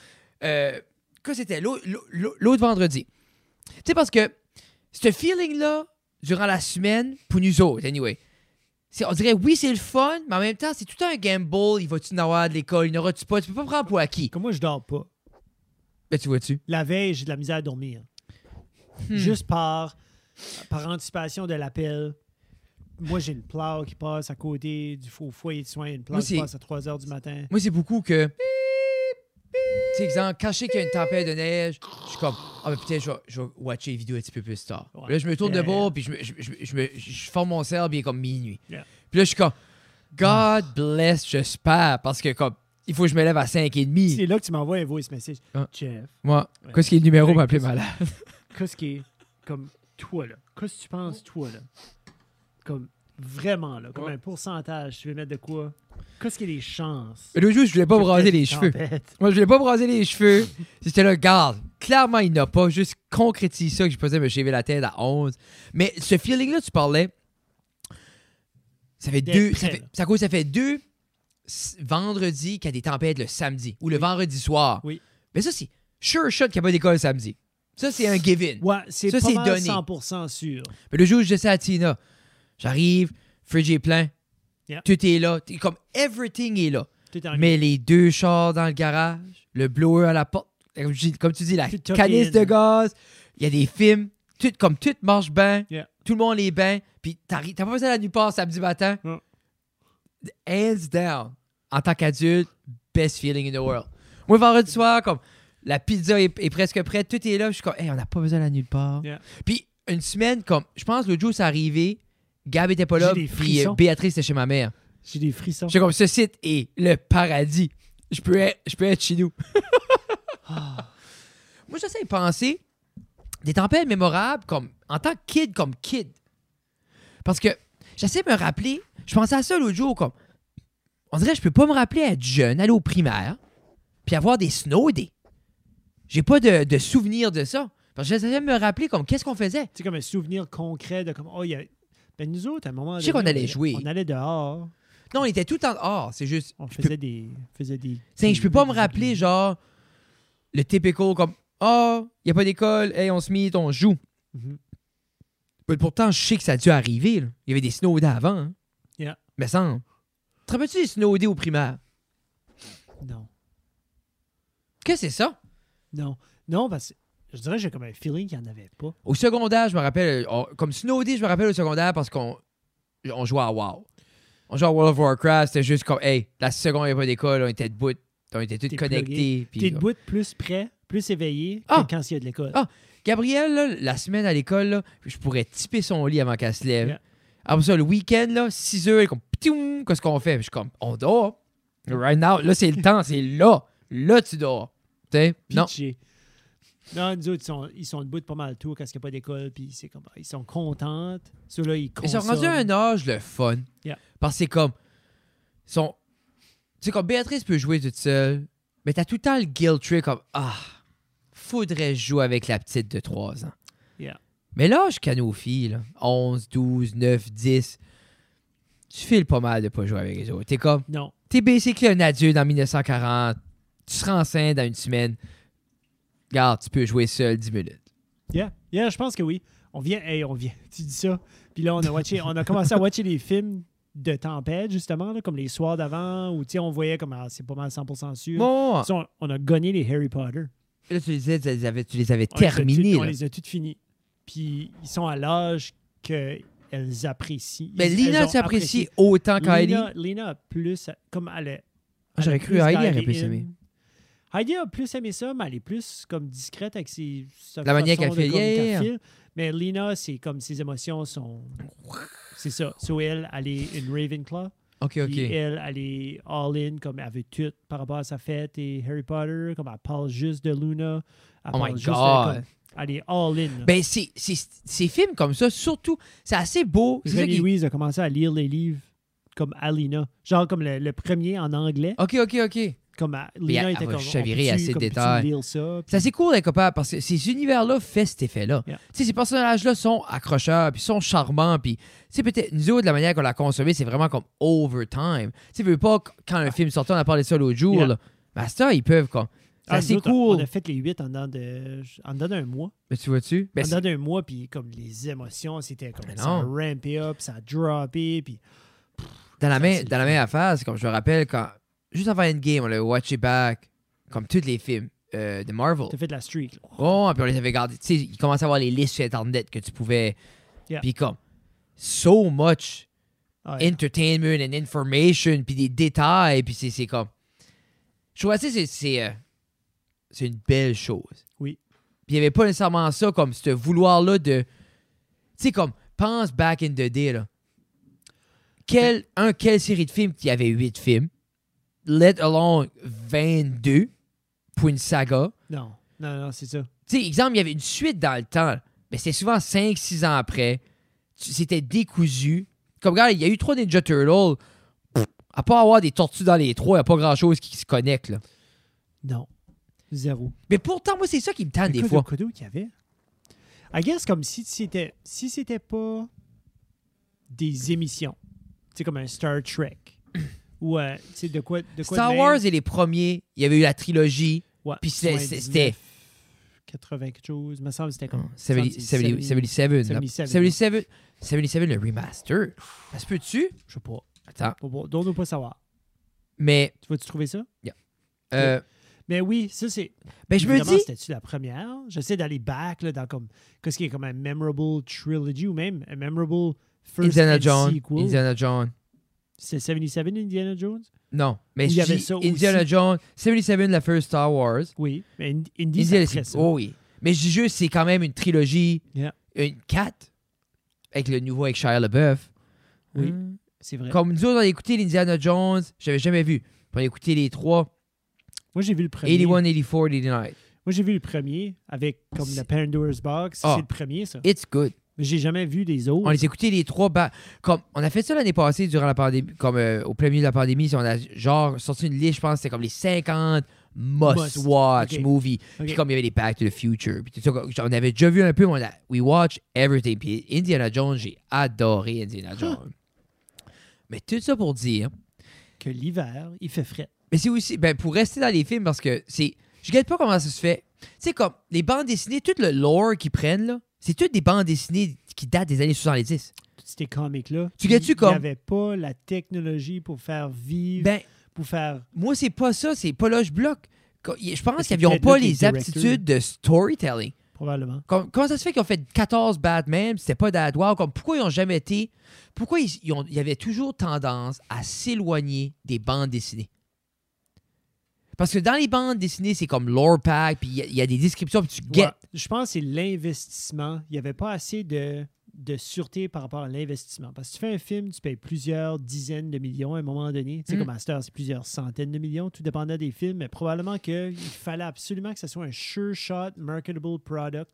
Speaker 3: Euh, que c'était l'au- l'au- l'au- l'autre vendredi. Tu sais, parce que ce feeling-là, durant la semaine, pour nous autres, anyway, c'est- on dirait, oui, c'est le fun, mais en même temps, c'est tout un gamble. Il va-tu en avoir de l'école? Il n'aura-tu pas? Tu peux pas prendre pour acquis.
Speaker 2: Comme moi, je dors pas.
Speaker 3: Ben, tu vois-tu?
Speaker 2: La veille, j'ai de la misère à dormir.
Speaker 3: Hmm.
Speaker 2: Juste par, par anticipation de l'appel. Moi, j'ai une plow qui passe à côté du faux foyer de soins. Une plow
Speaker 3: Moi,
Speaker 2: qui
Speaker 3: c'est-
Speaker 2: passe à 3 heures du matin.
Speaker 3: Moi, c'est beaucoup que. Tu sais, exemple, quand je sais qu'il y a une tempête de neige, je suis comme, ah, mais peut-être je vais, je vais watcher les vidéos un petit peu plus tard.
Speaker 2: Ouais.
Speaker 3: Puis Là, je me tourne
Speaker 2: Yeah,
Speaker 3: de bord,
Speaker 2: yeah.
Speaker 3: puis je, me- je, je, je me- je forme mon cerf, puis il est comme minuit.
Speaker 2: Yeah.
Speaker 3: Puis là, je suis comme, God bless, j'espère, parce que comme, il faut que je me lève à 5h30.
Speaker 2: C'est là que tu m'envoies un voice message.
Speaker 3: Ah.
Speaker 2: Jeff,
Speaker 3: Moi,
Speaker 2: Ouais.
Speaker 3: qu'est-ce qui est le numéro
Speaker 2: Ouais,
Speaker 3: pour appeler
Speaker 2: qu'est-ce-
Speaker 3: malade?
Speaker 2: qu'est-ce qui est comme toi, là? Qu'est-ce que tu penses, toi, là? Comme vraiment, là, comme
Speaker 3: Ouais.
Speaker 2: un pourcentage, tu veux mettre de quoi? Qu'est-ce qui est les chances?
Speaker 3: L'autre jour, je voulais pas braser les cheveux. Moi, je voulais pas braser les cheveux. J'étais là, garde. Clairement, il n'a pas. Juste concrétise ça que je posais me shaver la tête à 11. Mais ce feeling-là, tu parlais. Ça fait
Speaker 2: D'être
Speaker 3: deux.
Speaker 2: prêt,
Speaker 3: Ça, fait,
Speaker 2: là.
Speaker 3: ça cause, ça fait deux s- vendredis qu'il y a des tempêtes le samedi ou le vendredi soir.
Speaker 2: Oui.
Speaker 3: Mais ça, c'est sure shot qu'il n'y a pas d'école le samedi. Ça, c'est un given.
Speaker 2: Ouais, c'est
Speaker 3: Ça,
Speaker 2: pas
Speaker 3: c'est
Speaker 2: mal
Speaker 3: donné.
Speaker 2: 100% sûr.
Speaker 3: Mais le jour où je disais à Tina, j'arrive, fridge est plein.
Speaker 2: Yeah.
Speaker 3: Tout est là. T'es Comme everything est là.
Speaker 2: Tout est en-
Speaker 3: Mais les deux chars dans le garage, le blower à la porte, comme, je dis- comme tu dis, la
Speaker 2: Tout tuck
Speaker 3: canisse
Speaker 2: in.
Speaker 3: de gaz, il y a des films, tout, comme tout marche bien,
Speaker 2: Yeah.
Speaker 3: tout le monde est bien, puis t'arri- t'as pas besoin la nuit part samedi matin.
Speaker 2: Non.
Speaker 3: Hands down, en tant qu'adulte, best feeling in the world. Moi, vendredi soir, comme la pizza est, est presque prête, tout est là, je suis comme, hey, on n'a pas besoin la nulle part.
Speaker 2: Yeah.
Speaker 3: Puis une semaine, comme, je pense, le jour où c'est arrivé, Gab était pas là,
Speaker 2: J'ai des
Speaker 3: puis euh,
Speaker 2: frissons.
Speaker 3: Béatrice était chez ma mère.
Speaker 2: J'ai des frissons.
Speaker 3: J'étais comme, ce site est le paradis. Je peux être, je peux être chez nous. Ah. Moi, j'essaie de penser des tempêtes mémorables comme, en tant que kid, comme kid. Parce que j'essaie de me rappeler, je pensais à ça l'autre jour, comme, on dirait que je peux pas me rappeler être jeune, aller au primaire, puis avoir des snow days. J'ai pas de, de souvenir de ça. Parce que j'essayais de me rappeler comme, qu'est-ce qu'on faisait?
Speaker 2: Tu sais, comme un souvenir concret de comme, oh, il y a. Ben, nous autres, à un moment.
Speaker 3: Je sais
Speaker 2: donné,
Speaker 3: qu'on allait
Speaker 2: on
Speaker 3: jouer.
Speaker 2: On allait dehors,
Speaker 3: Non, on était tout en dehors, c'est juste,
Speaker 2: on
Speaker 3: je peux
Speaker 2: faisait des. faisait des
Speaker 3: Tiens, je peux pas me
Speaker 2: des-
Speaker 3: rappeler, genre, le typical comme Ah, oh, y a pas d'école, hey, on se mit, on joue.
Speaker 2: Mhm.
Speaker 3: Mais pourtant, je sais que ça a dû arriver. là. Il y avait des snow days avant. Hein.
Speaker 2: Yeah.
Speaker 3: Mais sans. Te rappelles-tu des snow days au primaire?
Speaker 2: Non.
Speaker 3: Qu'est-ce que c'est ça?
Speaker 2: Non. Non, parce que je dirais, que j'ai comme un feeling qu'il n'y en avait pas.
Speaker 3: Au secondaire, je me rappelle, on- comme snow day, je me rappelle au secondaire parce qu'on on jouait à WoW. On jouait à World of Warcraft, c'était juste comme, hey, la seconde, il a pas d'école, on était debout, on était tous
Speaker 2: T'es
Speaker 3: connectés. puis- euh,
Speaker 2: T'es debout plus près, plus éveillé
Speaker 3: Ah!
Speaker 2: que quand il y a de l'école.
Speaker 3: Ah! Gabrielle, là, la semaine à l'école, là, je pourrais typer son lit avant qu'elle se lève.
Speaker 2: Yeah.
Speaker 3: Après ça, le week-end, là, 6 heures, elle est comme, ptioum, qu'est-ce qu'on fait? Puis Je suis comme, on dort. Right now, là, c'est le temps, c'est là. Là, tu dors. Tu sais? Non.
Speaker 2: Pitché. Non, nous autres, ils sont, ils sont debout de pas mal tout quand il n'y a pas d'école, puis c'est comme, ils sont contentes. Ceux-là, ils
Speaker 3: Ils
Speaker 2: consomment.
Speaker 3: sont rendus à un âge, le fun.
Speaker 2: Yeah.
Speaker 3: Parce que c'est comme, sont, tu sais, comme Béatrice peut jouer toute seule, mais t'as tout le temps le guilt trip comme, ah, faudrait jouer avec la petite de 3 ans.
Speaker 2: Yeah.
Speaker 3: Mais l'âge qu'a nos filles, là, 11, 12, 9, 10, tu files pas mal de pas jouer avec les autres. T'es comme,
Speaker 2: Non.
Speaker 3: t'es basically un adulte en 1940, tu seras enceinte dans une semaine, regarde, tu peux jouer seul 10 minutes.
Speaker 2: Yeah. Yeah, je pense que oui. On vient, hey, on vient. Tu dis ça. Puis là, on a, watché, on a commencé à watcher des films de tempête, justement, là, comme les soirs d'avant, où tu sais, on voyait comme, ah, c'est pas mal 100% sûr.
Speaker 3: Bon,
Speaker 2: Tu sais, on, on a gagné les Harry Potter.
Speaker 3: là, tu disais, tu les avais, tu les avais
Speaker 2: On les a
Speaker 3: terminés.
Speaker 2: toutes- On
Speaker 3: là.
Speaker 2: les a toutes finis. Puis ils sont à l'âge qu'elles apprécient.
Speaker 3: Mais
Speaker 2: Ils-
Speaker 3: Ben, Lina,
Speaker 2: elles ont
Speaker 3: tu apprécies
Speaker 2: apprécié.
Speaker 3: autant qu'Heidi.
Speaker 2: Lina, Lina a plus, comme elle est.
Speaker 3: Ah, j'aurais cru Heidi aurait plus aimé.
Speaker 2: euh, Heidi a plus aimé ça, mais elle est plus comme discrète avec ses, sa
Speaker 3: La manière
Speaker 2: façon
Speaker 3: qu'elle
Speaker 2: de
Speaker 3: fait, yeah,
Speaker 2: comme
Speaker 3: yeah.
Speaker 2: qu'elle file. Mais Lina, c'est comme ses émotions sont. C'est ça. So elle, elle est une Ravenclaw.
Speaker 3: Ok, ok.
Speaker 2: Puis euh, elle, elle est all-in, comme elle veut tout par rapport à sa fête et Harry Potter. Comme elle parle juste de Luna. Elle
Speaker 3: Oh
Speaker 2: parle
Speaker 3: my
Speaker 2: juste de-
Speaker 3: God.
Speaker 2: comme- elle est all-in. là.
Speaker 3: Ben, c'est, c'est, ces films comme ça, surtout, c'est assez beau. C'est ça
Speaker 2: René
Speaker 3: qui-
Speaker 2: Louise a commencé à lire les livres comme Alina. Genre comme le, le premier en anglais.
Speaker 3: Ok, ok, ok.
Speaker 2: Comme à-
Speaker 3: Mais elle-
Speaker 2: Lina était
Speaker 3: elle va
Speaker 2: comme.
Speaker 3: chavirer
Speaker 2: on
Speaker 3: à
Speaker 2: peut-tu-
Speaker 3: ces
Speaker 2: comme, peux-tu
Speaker 3: détails.
Speaker 2: lire ça?
Speaker 3: C'est assez cool, les copains, parce que ces univers-là font cet effet-là.
Speaker 2: Yeah.
Speaker 3: Tu sais, ces personnages-là sont accrocheurs, puis sont charmants, puis, tu sais, peut-être, nous autres, la manière qu'on l'a consommé, c'est vraiment comme overtime. Tu sais, veux pas, qu- quand un film sortait, on a parlé de ça l'autre jour,
Speaker 2: Ah. Yeah.
Speaker 3: là. Mais ça, ils peuvent, comme. C'est
Speaker 2: Ah,
Speaker 3: assez
Speaker 2: nous autres, on-
Speaker 3: cool.
Speaker 2: On a fait les huit en dedans de- en dedans d'un mois.
Speaker 3: Mais tu vois-tu? Ben,
Speaker 2: en
Speaker 3: c'est-
Speaker 2: dedans d'un mois, puis comme les émotions, c'était comme
Speaker 3: Mais
Speaker 2: ça a
Speaker 3: non.
Speaker 2: rampé up, ça a droppé, puis
Speaker 3: dans la,
Speaker 2: Ça,
Speaker 3: main,
Speaker 2: c'est le
Speaker 3: dans la même affaire, c'est comme je me rappelle quand, juste avant Endgame, on a watché back, comme tous les films euh, de Marvel.
Speaker 2: t'as fait de la streak. là.
Speaker 3: Oh, puis on les avait gardés. Tu sais, ils commençaient à avoir les listes sur Internet que tu pouvais.
Speaker 2: Yeah.
Speaker 3: Puis comme, so much
Speaker 2: Ah,
Speaker 3: entertainment and information, puis des détails, puis c'est, c'est comme. Je trouve assez, c'est, c'est, euh, c'est une belle chose.
Speaker 2: Oui.
Speaker 3: Puis il n'y avait pas nécessairement ça, comme ce vouloir-là de. Tu sais, comme, pense back in the day, là. Quel, un, quelle série de films qui avait 8 films, let alone 22 pour une saga.
Speaker 2: Non, non, non, c'est ça.
Speaker 3: Tu sais, exemple, il y avait une suite dans le temps, mais c'était souvent 5-6 ans après. Tu- C'était décousu. Comme, regarde, il y a eu trois Ninja Turtles. Pff, À part avoir des tortues dans les trois, il n'y a pas grand-chose qui se connecte. là.
Speaker 2: Non, zéro.
Speaker 3: Mais pourtant, moi, c'est ça qui me tente
Speaker 2: Mais
Speaker 3: Ah, des
Speaker 2: quoi
Speaker 3: fois.
Speaker 2: d'autre- quoi d'autre qu'il y avait? I guess comme si c'était si c'était pas des émissions. Tu sais, comme un Star Trek. ou euh, tu sais, de quoi, de quoi de
Speaker 3: Star
Speaker 2: même.
Speaker 3: Wars et les premiers, il y avait eu la trilogie.
Speaker 2: Ouais,
Speaker 3: puis c'était- c'était-
Speaker 2: 79, 80 quelque chose, me semble que c'était comme
Speaker 3: 70- 70- 77. là.
Speaker 2: 77.
Speaker 3: 77. 77, le remaster. Ça se peut-tu?
Speaker 2: je sais pas.
Speaker 3: Attends.
Speaker 2: Pas bon, Donne-nous pas savoir.
Speaker 3: Mais,
Speaker 2: Tu vas tu trouver ça
Speaker 3: euh,
Speaker 2: Mais oui, ça c'est
Speaker 3: ben, je me
Speaker 2: Évidemment,
Speaker 3: dis,
Speaker 2: c'était-tu la première? J'essaie d'aller back là, dans comme. Qu'est-ce qui est comme un memorable trilogy ou même un memorable first
Speaker 3: Indiana
Speaker 2: and
Speaker 3: Jones.
Speaker 2: sequel.
Speaker 3: Indiana Jones.
Speaker 2: C'est 77 Indiana Jones?
Speaker 3: Non, mais
Speaker 2: Il y
Speaker 3: je
Speaker 2: avait
Speaker 3: dis
Speaker 2: ça aussi.
Speaker 3: Indiana Jones, 77, la first Star Wars.
Speaker 2: Oui. Mais Ind- Indy,
Speaker 3: Disney,
Speaker 2: c'est après
Speaker 3: c'est-
Speaker 2: ça.
Speaker 3: oh oui. Mais je dis juste, c'est quand même une trilogie,
Speaker 2: Yeah.
Speaker 3: une 4, avec le nouveau avec Shia LaBeouf.
Speaker 2: Oui.
Speaker 3: Hmm.
Speaker 2: C'est vrai.
Speaker 3: Comme nous autres, on a écouté l'Indiana Jones, j'avais jamais vu. Puis On a écouté les trois,
Speaker 2: Moi, j'ai vu le premier.
Speaker 3: 81, 84, 89.
Speaker 2: Moi, j'ai vu le premier avec comme le
Speaker 3: C'est-
Speaker 2: Pandora's Box.
Speaker 3: Ah.
Speaker 2: C'est le premier, ça.
Speaker 3: It's good.
Speaker 2: Mais j'ai jamais vu les autres.
Speaker 3: On les a écoutés les trois. ba- Comme, on a fait ça l'année passée, durant la pandémie, comme euh, au plein milieu de la pandémie, on a genre sorti une liste, je pense, que c'était comme les 50
Speaker 2: Must.
Speaker 3: must-watch
Speaker 2: Ok.
Speaker 3: movies.
Speaker 2: Ok.
Speaker 3: Puis comme il y avait les Back to the Future, puis tout ça, comme- on avait déjà vu un peu, mais on a we watch everything. Puis Indiana Jones, j'ai adoré Indiana Jones. Mais tout ça pour dire,
Speaker 2: Que l'hiver, il fait frais.
Speaker 3: mais c'est aussi, ben pour rester dans les films parce que c'est, je ne pas comment ça se fait. C'est comme les bandes dessinées, tout le lore qu'ils prennent là, c'est toutes des bandes dessinées qui datent des années 70.
Speaker 2: Tous ces comics-là.
Speaker 3: Tu gagnes-tu
Speaker 2: Il
Speaker 3: comme-
Speaker 2: n'y avait pas la technologie pour faire vivre,
Speaker 3: Ben
Speaker 2: pour faire.
Speaker 3: moi c'est pas ça, c'est pas là je bloque. Co- Je pense
Speaker 2: c'est
Speaker 3: qu'ils n'avaient
Speaker 2: peut-être
Speaker 3: pas
Speaker 2: là que les
Speaker 3: les
Speaker 2: directeurs-
Speaker 3: aptitudes de storytelling.
Speaker 2: Probablement.
Speaker 3: Comme- comment ça se fait qu'ils ont fait 14 Batman, pis c'était pas Dad Wow? Comme, pourquoi ils ont jamais été. Pourquoi ils, ils ont- il y avait toujours tendance à s'éloigner des bandes dessinées? Parce que dans les bandes dessinées, c'est comme lore pack, puis il y a- il y, a des descriptions, puis tu
Speaker 2: Ouais,
Speaker 3: get
Speaker 2: je pense que c'est l'investissement. Il n'y avait pas assez de, de sûreté par rapport à l'investissement. Parce que tu fais un film, tu payes plusieurs dizaines de millions à un moment donné. Tu sais,
Speaker 3: Mm.
Speaker 2: comme Master, c'est plusieurs centaines de millions. Tout dépendait des films. Mais probablement qu'il fallait absolument que ce soit un sure shot, marketable product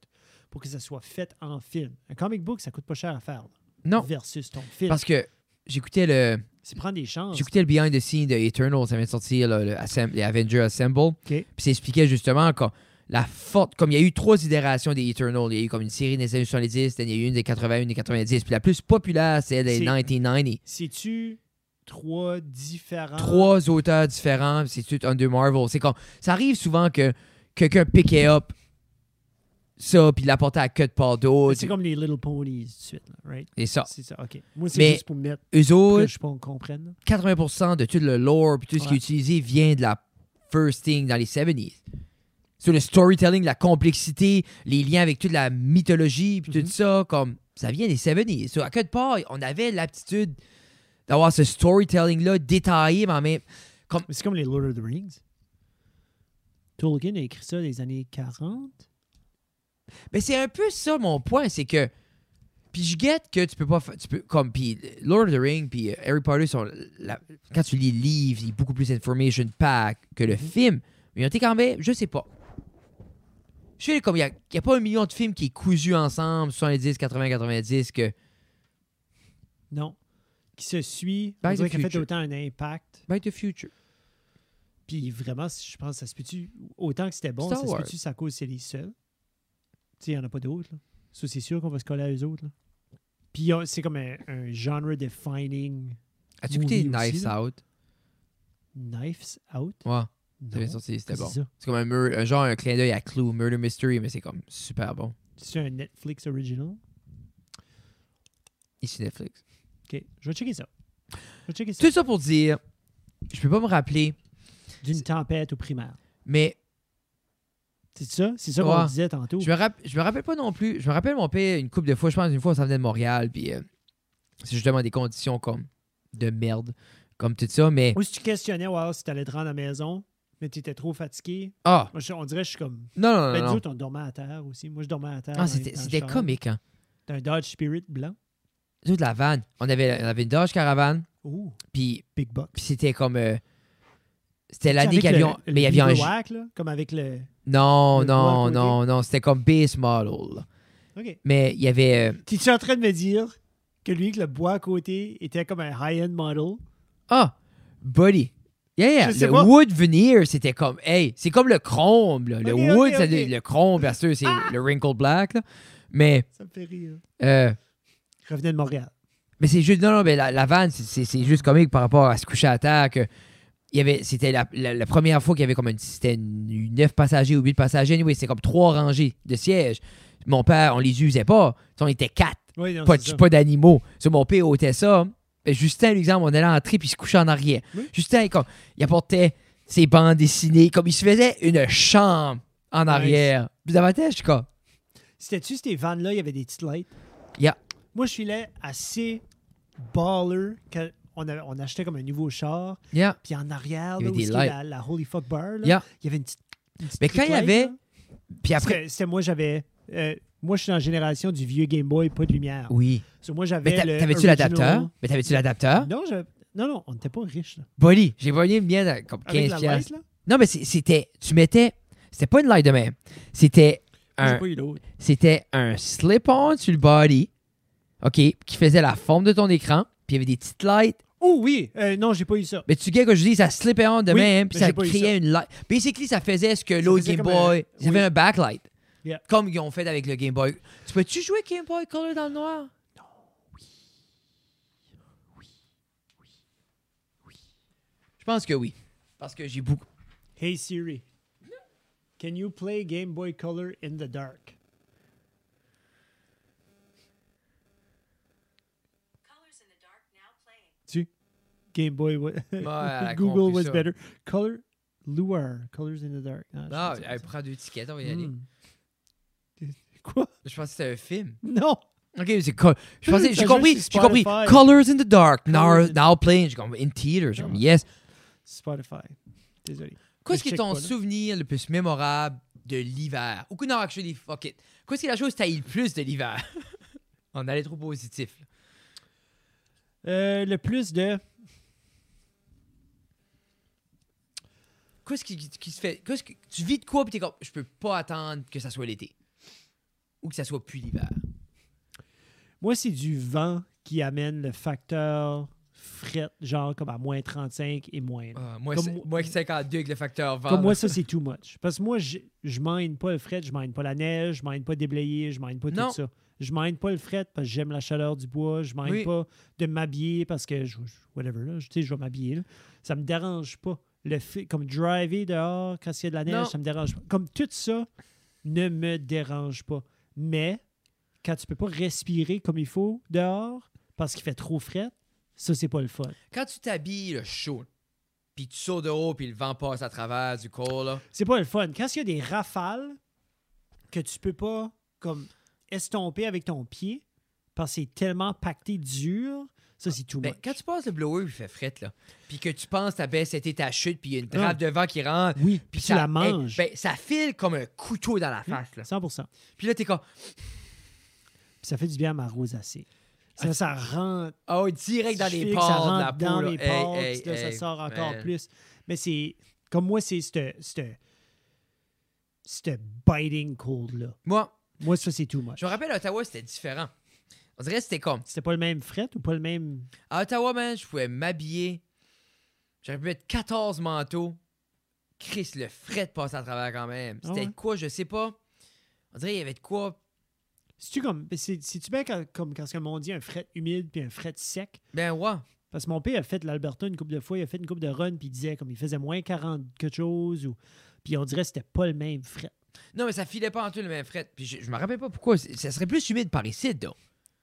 Speaker 2: pour que ça soit fait en film. Un comic book, ça coûte pas cher à faire. là,
Speaker 3: Non,
Speaker 2: Versus ton film.
Speaker 3: parce que j'écoutais le
Speaker 2: C'est prendre des chances.
Speaker 3: j'écoutais le behind the scenes de Eternal, ça vient de sortir là, le Assem- les Avengers Assemble. Puis ça expliquait justement quand la forte comme il y a eu trois idérations des Eternals, il y a eu comme une série des années 70, then il y a eu une des 80, une des 90, puis la plus populaire c'est des
Speaker 2: C'est- Ah.
Speaker 3: 1990.
Speaker 2: C'est-tu trois différents.
Speaker 3: trois auteurs différents, c'est tout Under Marvel. C'est quand ça arrive souvent que quelqu'un pickait up ça puis l'apportait à Cut par d'autres
Speaker 2: C'est comme les Little Ponies, tout de suite, là, right?
Speaker 3: et ça.
Speaker 2: C'est ça, OK. Moi, c'est
Speaker 3: Ah. Mais-
Speaker 2: juste pour me mettre
Speaker 3: Eux
Speaker 2: pour que
Speaker 3: autres,
Speaker 2: je qu'on comprenne. là.
Speaker 3: 80% de tout le lore puis tout ce qui
Speaker 2: Ouais.
Speaker 3: est utilisé vient de la first thing dans les 70s. Sur le storytelling, la complexité, les liens avec toute la mythologie puis
Speaker 2: Mhm.
Speaker 3: tout ça, comme ça vient des 70s. So, à Cut part, on avait l'aptitude d'avoir ce storytelling là détaillé mais en même
Speaker 2: Mais c'est comme les Lord of the Rings. Tolkien a écrit ça des années 40.
Speaker 3: Mais c'est un peu ça mon point, c'est que. Puis je guette que tu peux pas. fa- Tu peux, comme, puis Lord of the Ring, puis euh, Harry Potter sont. la- quand tu lis le livre, il y a beaucoup plus d'information pack que le film. Mais on était quand même. Je sais pas. Je sais, comme, il n'y a, pas un million de films qui est cousu ensemble, 70, 80, 90, que.
Speaker 2: Non. Qui se suit. On
Speaker 3: Back to
Speaker 2: dirait qu'il a fait
Speaker 3: Future.
Speaker 2: autant un impact.
Speaker 3: Back to the Future.
Speaker 2: Puis vraiment, je pense que ça se peut-tu. Autant que c'était bon,
Speaker 3: Star
Speaker 2: ça se
Speaker 3: Wars.
Speaker 2: peut-tu, ça cause c'est les seuls. Tu sais, il n'y en a pas d'autres. là. Ça, c'est sûr qu'on va se coller à eux autres. là. Puis on- c'est comme un, un genre defining
Speaker 3: As-tu écouté
Speaker 2: Movie aussi,
Speaker 3: Knives
Speaker 2: là.
Speaker 3: Out?
Speaker 2: Knives Out.
Speaker 3: Ouais, ça
Speaker 2: Non.
Speaker 3: vient de sortir, c'était bon.
Speaker 2: ça.
Speaker 3: C'est comme un, mur- un genre, un clin d'œil à Clue, Murder Mystery, mais c'est comme super bon.
Speaker 2: C'est un Netflix original.
Speaker 3: Ici Netflix.
Speaker 2: OK. Je vais checker ça. Je vais checker ça.
Speaker 3: Tout ça pour dire, je peux pas me rappeler,
Speaker 2: D'une tempête au primaire.
Speaker 3: mais
Speaker 2: C'est ça? C'est ça qu'on
Speaker 3: Ouais.
Speaker 2: disait tantôt.
Speaker 3: je me, rapp- je me rappelle pas non plus. Je me rappelle mon père une couple de fois, je pense une fois, ça venait de Montréal, puis euh, c'est justement des conditions comme de merde, comme tout ça, mais
Speaker 2: Ou si tu questionnais, wow, si t'allais te rendre à la maison, mais t'étais trop fatigué.
Speaker 3: ah,
Speaker 2: Moi, je- on dirait que je suis comme.
Speaker 3: non, non,
Speaker 2: Ben,
Speaker 3: non,
Speaker 2: nous
Speaker 3: non.
Speaker 2: autres, on dormait à terre aussi. Moi, je dormais à terre.
Speaker 3: Ah, c'était c'était
Speaker 2: comique.
Speaker 3: comique, hein.
Speaker 2: T'as un Dodge Spirit blanc.
Speaker 3: Nous autres, la vanne. On avait, on avait une Dodge Caravane,
Speaker 2: Ouh,
Speaker 3: puis
Speaker 2: big bucks.
Speaker 3: puis c'était comme. euh, c'était l'année
Speaker 2: Avec
Speaker 3: qu'il y avait.
Speaker 2: le-
Speaker 3: un-
Speaker 2: le
Speaker 3: Mais il y avait un. ju-
Speaker 2: bivouac, là, comme avec le.
Speaker 3: Non,
Speaker 2: le doigt à
Speaker 3: non,
Speaker 2: côté.
Speaker 3: non, non. C'était comme base model. là.
Speaker 2: OK.
Speaker 3: Mais il y avait. euh,
Speaker 2: T'es-tu en train de me dire que lui, que le bois à côté, était comme un high-end model?
Speaker 3: Ah, buddy. Yeah, yeah.
Speaker 2: Je sais
Speaker 3: Le
Speaker 2: pas.
Speaker 3: wood veneer, c'était comme, hey, c'est comme le chrome. là. le
Speaker 2: Ok,
Speaker 3: wood,
Speaker 2: ok, Ah!
Speaker 3: ça-
Speaker 2: ok.
Speaker 3: le chrome, parce que c'est le wrinkled black. là. Mais,
Speaker 2: Ça me fait rire.
Speaker 3: euh,
Speaker 2: Je revenais de Montréal.
Speaker 3: mais c'est juste, non, non, mais la, la vanne, c'est- c'est c'est juste comique par rapport à se coucher à terre. Que, il y avait, c'était la, la- la première fois qu'il y avait comme une, c'était une- une- neuf passagers ou huit passagers. Anyway, c'était comme trois rangées de sièges. Mon père, on les usait pas. On était quatre.
Speaker 2: Oui, non,
Speaker 3: pas,
Speaker 2: c'est ça.
Speaker 3: pas d'animaux. So, mon père ôtait ça. Ben, Justin, l'exemple, on allait entrer puis il se couchait en arrière.
Speaker 2: Oui.
Speaker 3: Justin, comme, il apportait ses bandes dessinées, comme il se faisait une chambre en arrière. Puis dans ma tête, je suis comme,
Speaker 2: C'était-tu ces vannes-là, il y avait des petites lights?
Speaker 3: Yeah.
Speaker 2: Moi, je suis là assez baller quand on, avait- on achetait comme un nouveau char.
Speaker 3: yeah.
Speaker 2: Puis en arrière,
Speaker 3: Il y avait
Speaker 2: là, où
Speaker 3: des
Speaker 2: est-ce qu'il y a
Speaker 3: lights.
Speaker 2: la, la Holy Fuck Bar, là,
Speaker 3: Yeah.
Speaker 2: il y avait une petite. une petite
Speaker 3: Mais quand il y
Speaker 2: light,
Speaker 3: avait-
Speaker 2: là.
Speaker 3: Puis
Speaker 2: Parce
Speaker 3: après,
Speaker 2: que c'était moi, j'avais. euh, moi, je suis dans la génération du vieux Game Boy, pas de lumière.
Speaker 3: oui.
Speaker 2: So, moi,
Speaker 3: Mais
Speaker 2: j'avais.
Speaker 3: t'a-
Speaker 2: le
Speaker 3: t'avais-tu
Speaker 2: original-
Speaker 3: l'adapteur? Mais t'avais-tu l'adapteur?
Speaker 2: Non, je- non, non, on n'était pas riches. Là.
Speaker 3: Bolly, j'ai volé le mien à comme
Speaker 2: Avec
Speaker 3: 15
Speaker 2: la light,
Speaker 3: piastres.
Speaker 2: là.
Speaker 3: Non, mais c'est- c'était, tu mettais, c'était pas une light de même. C'était
Speaker 2: J'ai
Speaker 3: un,
Speaker 2: pas eu l'autre.
Speaker 3: c'était un slip-on sur le body, OK, qui faisait la forme de ton écran, puis il y avait des petites lights
Speaker 2: Oh oui, euh, non, j'ai pas eu ça.
Speaker 3: Mais tu sais que je dis, ça slipait on de
Speaker 2: Oui,
Speaker 3: même, hein, puis
Speaker 2: mais
Speaker 3: ça
Speaker 2: j'ai pas eu ça.
Speaker 3: créait une light. Basically, ça faisait ce que l'autre
Speaker 2: faisait
Speaker 3: Game
Speaker 2: comme un-
Speaker 3: Boy. Ça
Speaker 2: oui.
Speaker 3: fait un backlight.
Speaker 2: Yeah.
Speaker 3: Comme ils ont fait avec le Game Boy. Tu peux-tu jouer Game Boy Color dans le noir? Je pense que oui. Parce que j'ai beaucoup.
Speaker 2: Hey Siri, can you play Game Boy Color in the dark?
Speaker 5: Colors in the Dark now playing.
Speaker 2: Tu Game Boy, wa-
Speaker 3: elle a
Speaker 2: Google
Speaker 3: compris
Speaker 2: was
Speaker 3: ça.
Speaker 2: better. Color, Luar, Colors in the Dark. Ah, je
Speaker 3: Non,
Speaker 2: pense que
Speaker 3: elle
Speaker 2: c'est
Speaker 3: prend deux tickets, on va y
Speaker 2: ça.
Speaker 3: aller.
Speaker 2: Hmm. Quoi?
Speaker 3: Je pense que c'était un film.
Speaker 2: Non!
Speaker 3: Ok, c'est co- je pensais,
Speaker 2: Hmm, Ça
Speaker 3: j'ai
Speaker 2: joue
Speaker 3: compris,
Speaker 2: sur
Speaker 3: j'ai compris.
Speaker 2: Spotify.
Speaker 3: Colors in the dark,
Speaker 2: Colors
Speaker 3: now,
Speaker 2: in- Ah.
Speaker 3: now playing. J'ai comme in theater, j'ai comme yes.
Speaker 2: Spotify. Désolé.
Speaker 3: Qu'est-ce qui
Speaker 2: Je
Speaker 3: est
Speaker 2: check
Speaker 3: ton
Speaker 2: pas, là.
Speaker 3: souvenir le plus mémorable de l'hiver? Ou que non, actually, fuck it. Qu'est-ce qui est la chose que t'haïs le plus de l'hiver? On allait trop positif. là.
Speaker 2: Euh, le plus de.
Speaker 3: Qu'est-ce qui, qui se fait? Qu'est-ce que tu vis de quoi puis t'es comme, je peux pas attendre que ça soit l'été. Ou que ça soit plus l'hiver.
Speaker 2: Moi, c'est du vent qui amène le facteur fret, genre comme à moins 35 et moins.
Speaker 3: Ah, moi,
Speaker 2: Comme
Speaker 3: c'est-
Speaker 2: moi-
Speaker 3: moi, 52 avec le facteur vent.
Speaker 2: Comme
Speaker 3: là.
Speaker 2: moi, ça, c'est too much. Parce que moi, je, je mine pas le fret, je mine pas la neige, je mine pas déblayer, je mine pas
Speaker 3: Non.
Speaker 2: tout ça. Je mine pas le fret parce que j'aime la chaleur du bois, je mine
Speaker 3: Oui.
Speaker 2: pas de m'habiller parce que je, je- whatever, là, je, tu sais, je vais m'habiller. là. Ça me dérange pas. Le fait, comme driver dehors quand il y a de la neige,
Speaker 3: Non.
Speaker 2: ça me dérange pas. Comme tout ça ne me dérange pas. Mais quand tu peux pas respirer comme il faut dehors parce qu'il fait trop fret, ça, c'est pas le fun.
Speaker 3: Quand tu t'habilles le chaud, puis tu sautes de haut, puis le vent passe à travers du corps, là.
Speaker 2: C'est pas le fun. Quand il y a des rafales que tu peux pas comme estomper avec ton pied parce que c'est tellement pacté dur, ça c'est tout
Speaker 3: Ben,
Speaker 2: much.
Speaker 3: quand tu passes le blower, il fait fret, là. Puis que tu penses ta baisse, c'était ta chute, puis il y a une trappe de vent qui rentre.
Speaker 2: Oui,
Speaker 3: Puis
Speaker 2: tu
Speaker 3: ça,
Speaker 2: la manges.
Speaker 3: hey, ben, ça file comme un couteau dans la face, là.
Speaker 2: 100%. Puis
Speaker 3: Puis là, t'es comme,
Speaker 2: ça fait du bien à ma rosacée. Ça, ça rentre
Speaker 3: oh, Ah, direct dans
Speaker 2: Je
Speaker 3: les
Speaker 2: fais que
Speaker 3: pores
Speaker 2: ça
Speaker 3: de la
Speaker 2: rentre
Speaker 3: peau,
Speaker 2: dans
Speaker 3: là.
Speaker 2: les
Speaker 3: Hey,
Speaker 2: pores,
Speaker 3: hey,
Speaker 2: puis là, ça
Speaker 3: hey,
Speaker 2: sort encore
Speaker 3: man.
Speaker 2: plus. Mais c'est... Comme moi, c'est ce... ce- ce biting cold-là.
Speaker 3: Moi,
Speaker 2: Moi, ça, c'est too much.
Speaker 3: je me rappelle, à Ottawa, c'était différent. On dirait que c'était comme,
Speaker 2: C'était pas le même fret ou pas le même...
Speaker 3: à Ottawa, man, je pouvais m'habiller. J'aurais pu mettre 14 manteaux. Chris, le fret passe à travers quand même.
Speaker 2: Ah
Speaker 3: C'était
Speaker 2: ouais.
Speaker 3: de quoi, je sais pas. On dirait qu'il y avait de quoi.
Speaker 2: C'est-tu comme... ben, c'est- C'est-tu bien quand- comme quand on dit un fret humide puis un fret sec?
Speaker 3: Ben, ouais.
Speaker 2: Parce que mon père a fait de l'Alberta une couple de fois, il a fait une coupe de run, puis il disait comme il faisait moins 40 quelque chose, ou puis on dirait que c'était pas le même fret.
Speaker 3: Non, mais ça filait pas en tout le même fret. Puis je, je me rappelle pas pourquoi. C- Ça serait plus humide par ici, donc.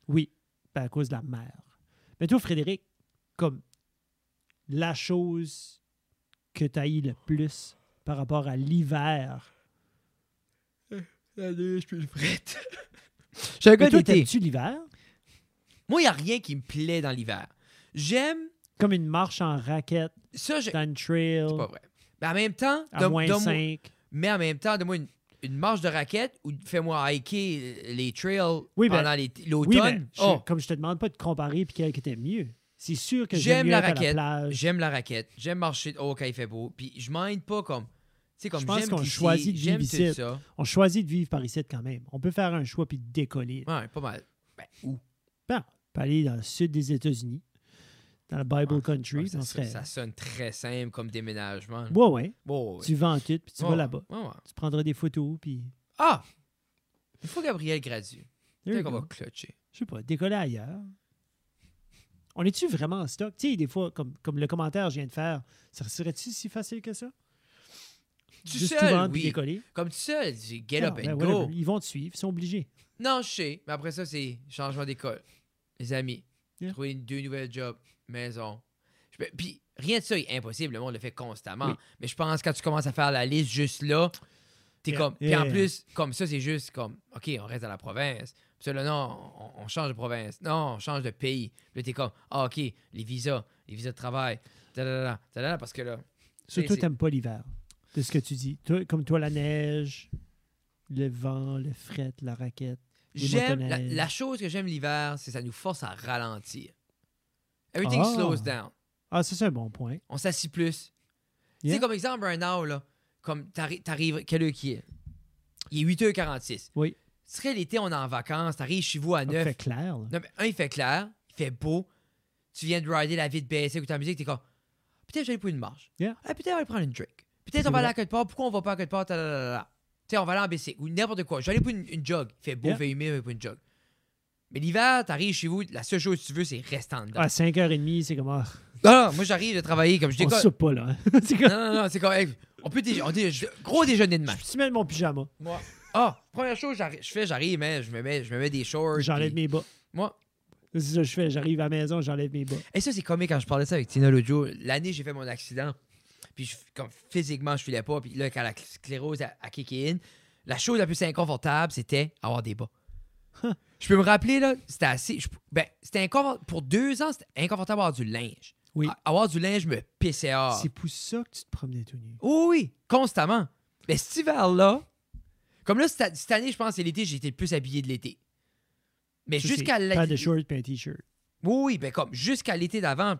Speaker 2: Oui, ben, à cause de la mer. Mais toi, Frédéric, comme la chose que tu le plus par rapport à l'hiver.
Speaker 3: La neige, puis le fret. J'ai un
Speaker 2: Mais
Speaker 3: gars
Speaker 2: toi,
Speaker 3: d'été.
Speaker 2: t'aimes-tu l'hiver?
Speaker 3: Moi, il a rien qui me plaît dans l'hiver. J'aime
Speaker 2: Comme une marche en raquette,
Speaker 3: ça, je... Euh, c'est
Speaker 2: dans une trail,
Speaker 3: pas vrai. Mais en même temps,
Speaker 2: à
Speaker 3: donne-
Speaker 2: moins
Speaker 3: donne-moi-
Speaker 2: 5.
Speaker 3: mais en même temps, donne-moi une, une marche de raquette ou fais-moi hiker les trails
Speaker 2: Oui, ben-
Speaker 3: pendant l'été- l'automne.
Speaker 2: Oui, mais je-
Speaker 3: Oh,
Speaker 2: comme je te demande pas de comparer, puis quel était mieux. C'est sûr que
Speaker 3: J'aime
Speaker 2: j'aime mieux
Speaker 3: la
Speaker 2: être à
Speaker 3: raquette.
Speaker 2: plage.
Speaker 3: j'aime la raquette, j'aime marcher oh, quand il fait beau, puis je m'aide pas comme, tu sais comme
Speaker 2: Je pense
Speaker 3: j'aime
Speaker 2: qu'on
Speaker 3: glisser,
Speaker 2: choisit de
Speaker 3: j'aime
Speaker 2: vivre
Speaker 3: tout
Speaker 2: ici.
Speaker 3: ça.
Speaker 2: on choisit de vivre par ici quand même. On peut faire un choix puis décoller.
Speaker 3: Ouais, pas mal. Ben, où
Speaker 2: Ben, on peut aller dans le sud des États-Unis, dans le Bible
Speaker 3: Ah, Ouais,
Speaker 2: Country.
Speaker 3: ça,
Speaker 2: on
Speaker 3: sonne-
Speaker 2: serait...
Speaker 3: ça sonne très simple comme déménagement.
Speaker 2: Ouais, ouais.
Speaker 3: Bon, ouais.
Speaker 2: Tu vas en tout, puis tu
Speaker 3: Ouais,
Speaker 2: vas là-bas.
Speaker 3: ouais, ouais.
Speaker 2: Tu prendras des photos, puis...
Speaker 3: Ah! Il faut Gabriel Gradu.
Speaker 2: There
Speaker 3: Peut-être
Speaker 2: you
Speaker 3: qu'on
Speaker 2: go.
Speaker 3: va clutcher.
Speaker 2: Je sais pas, décoller ailleurs. On est-tu vraiment en stock? Tu sais, des fois, comme, comme le commentaire que je viens de faire, ça serait-tu si facile que ça?
Speaker 3: Tu
Speaker 2: Juste
Speaker 3: seul,
Speaker 2: tout vendre puis
Speaker 3: oui.
Speaker 2: décoller?
Speaker 3: Comme tu sais, c'est get
Speaker 2: Non,
Speaker 3: up
Speaker 2: ben,
Speaker 3: and
Speaker 2: whatever.
Speaker 3: go.
Speaker 2: Ils vont te suivre, ils sont obligés.
Speaker 3: Non, je sais. Mais après ça, c'est changement d'école. Les amis.
Speaker 2: Yeah.
Speaker 3: Trouver une- deux nouvelles jobs. Maison. Je peux- Puis rien de ça est impossible. Le monde le fait constamment.
Speaker 2: Oui.
Speaker 3: Mais je pense quand tu commences à faire la liste juste là, t'es
Speaker 2: Yeah.
Speaker 3: comme. Puis
Speaker 2: Yeah.
Speaker 3: en plus, comme ça, c'est juste comme. OK, on reste dans la province. Puis ça, là, non, on, on change de province. Non, on change de pays. Puis là, t'es comme. Ah, OK, les visas. Les visas de travail. Da, da, da, da, da, da, parce que là.
Speaker 2: Surtout,
Speaker 3: Ben, c'est-
Speaker 2: t'aimes pas l'hiver, de ce que tu dis. Toi, comme toi, la neige, le vent, le fret, la raquette. Les
Speaker 3: J'aime la,
Speaker 2: motoneiges.
Speaker 3: la chose que j'aime l'hiver, c'est que ça nous force à ralentir. Everything
Speaker 2: Ah.
Speaker 3: slows down.
Speaker 2: Ah, ça, c'est un bon point.
Speaker 3: On s'assit plus. Tu
Speaker 2: Yeah.
Speaker 3: sais, comme exemple, un hour, là, comme t'arri- t'arrives, quelle heure qui est? Il est 8h46.
Speaker 2: Oui.
Speaker 3: Ce serait l'été, on est en vacances, t'arrives chez vous à
Speaker 2: Ça
Speaker 3: 9.
Speaker 2: fait Ah, clair. là.
Speaker 3: Non, mais un, il fait clair, il fait beau. Tu viens de rider la vie de baisser, écouter ta musique, t'es comme, peut-être j'allais pour une marche.
Speaker 2: Yeah.
Speaker 3: Ah, peut-être on va aller prendre une drink. Peut-être
Speaker 2: C'est
Speaker 3: on va aller
Speaker 2: vrai.
Speaker 3: à quelque part. Pourquoi on va pas à quelque part? Ta, la, la, la. Tu sais, on va aller en BC ou n'importe quoi. J'allais pour une, une jog. Il fait beau,
Speaker 2: Yeah.
Speaker 3: fait humide, mais pour une jog. Mais l'hiver, t'arrives chez vous, la seule chose que tu veux, c'est rester en dedans.
Speaker 2: À 5h30, c'est comme. Ah,
Speaker 3: Non, non, moi j'arrive de travailler comme je dis.
Speaker 2: on
Speaker 3: comme-
Speaker 2: soupe pas, là. c'est
Speaker 3: Non,
Speaker 2: comme.
Speaker 3: non, non, c'est correct. On peut déje- on déje- gros déjeuner de match.
Speaker 2: Je mets mon pyjama.
Speaker 3: Moi. Ah, première chose j'arri- je fais, j'arrive, hein, je me mets, je me mets des shorts.
Speaker 2: J'enlève
Speaker 3: puis-
Speaker 2: mes bas.
Speaker 3: Moi,
Speaker 2: C'est ça que je fais. J'arrive à la maison, j'enlève mes bas.
Speaker 3: Et ça, c'est comique quand je parlais de ça avec Tina Lojo. L'année, j'ai fait mon accident. Puis, je- comme physiquement, je filais pas. Puis là, quand la sclérose a, a kické in, la chose la plus inconfortable, c'était avoir des bas. je peux me rappeler, là, c'était assez. je- ben, c'était inconfortable. Pour deux ans, c'était inconfortable d'avoir du linge.
Speaker 2: Oui.
Speaker 3: A- avoir du linge me pissait hors.
Speaker 2: C'est pour ça que tu te promenais tout nu.
Speaker 3: Oui, oui, constamment. Mais cet hiver-là, Comme là, cette cette année, je pense, c'est l'été, j'ai été le plus habillé de l'été. Mais
Speaker 2: Ça,
Speaker 3: jusqu'à
Speaker 2: c'est
Speaker 3: la-
Speaker 2: Pas de shorts puis un t-shirt.
Speaker 3: Oui, oui, ben comme jusqu'à l'été d'avant,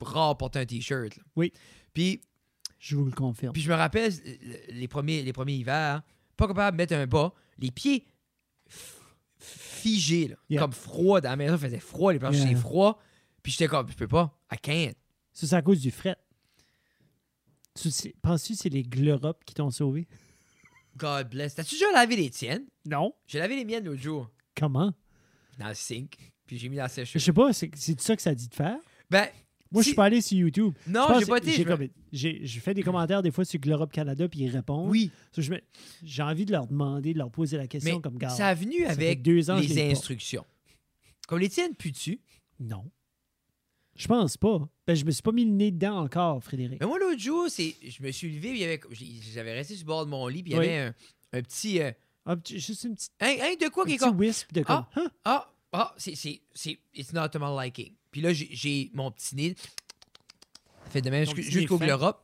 Speaker 3: rare porter un t-shirt. là.
Speaker 2: Oui.
Speaker 3: Puis,
Speaker 2: Je vous le confirme.
Speaker 3: puis je me rappelle euh, les premiers, les premiers hivers, pas capable de mettre un bas, les pieds f- figés, là,
Speaker 2: Yeah.
Speaker 3: comme froid dans la maison, il faisait froid, les planches
Speaker 2: Yeah.
Speaker 3: étaient froid. Puis j'étais comme, je peux pas, I can't.
Speaker 2: Ça, c'est à cause du fret. Tu sais- Penses-tu que c'est les gloropes qui t'ont sauvé?
Speaker 3: God bless. T'as-tu déjà lavé les tiennes?
Speaker 2: Non.
Speaker 3: J'ai lavé les miennes l'autre jour
Speaker 2: Comment?
Speaker 3: dans le sink, puis j'ai mis dans la
Speaker 2: Je
Speaker 3: sécheuse.
Speaker 2: sais pas, c'est c'est ça que ça dit de faire?
Speaker 3: Ben,
Speaker 2: Moi, je suis
Speaker 3: Si-
Speaker 2: pas allé sur YouTube.
Speaker 3: non,
Speaker 2: Je pense-
Speaker 3: j'ai pas été. je
Speaker 2: j'ai
Speaker 3: me-
Speaker 2: comme- J'ai j'ai fait des commentaires des fois sur Glorop Canada, puis ils répondent.
Speaker 3: Oui,
Speaker 2: So, je me- J'ai envie de leur demander, de leur poser la question
Speaker 3: mais
Speaker 2: comme garde.
Speaker 3: ça a venu
Speaker 2: ça fait
Speaker 3: avec
Speaker 2: deux ans que je l'ai
Speaker 3: les
Speaker 2: pas.
Speaker 3: instructions. Comme les tiennes, pues-tu?
Speaker 2: Non. Je pense pas. Ben, je me suis pas mis le nez dedans encore, Frédéric.
Speaker 3: Mais moi, l'autre jour, c'est, je me suis levé, puis il y avait, j'ai- j'avais resté sur le bord de mon lit, puis il y
Speaker 2: Oui.
Speaker 3: avait un, un petit. euh,
Speaker 2: Un petit- Ah, juste une petite,
Speaker 3: un, un de quoi
Speaker 2: un
Speaker 3: qui est
Speaker 2: petit
Speaker 3: comme.
Speaker 2: wisp de comme.
Speaker 3: Ah!
Speaker 2: Hein?
Speaker 3: Ah, ah, c'est, c'est, c'est. It's not to my liking. Puis là, j'ai, j'ai mon petit nid. Ça fait de même
Speaker 2: Ton
Speaker 3: jusqu-
Speaker 2: petit nid
Speaker 3: jusqu'au
Speaker 2: fin.
Speaker 3: Glorop.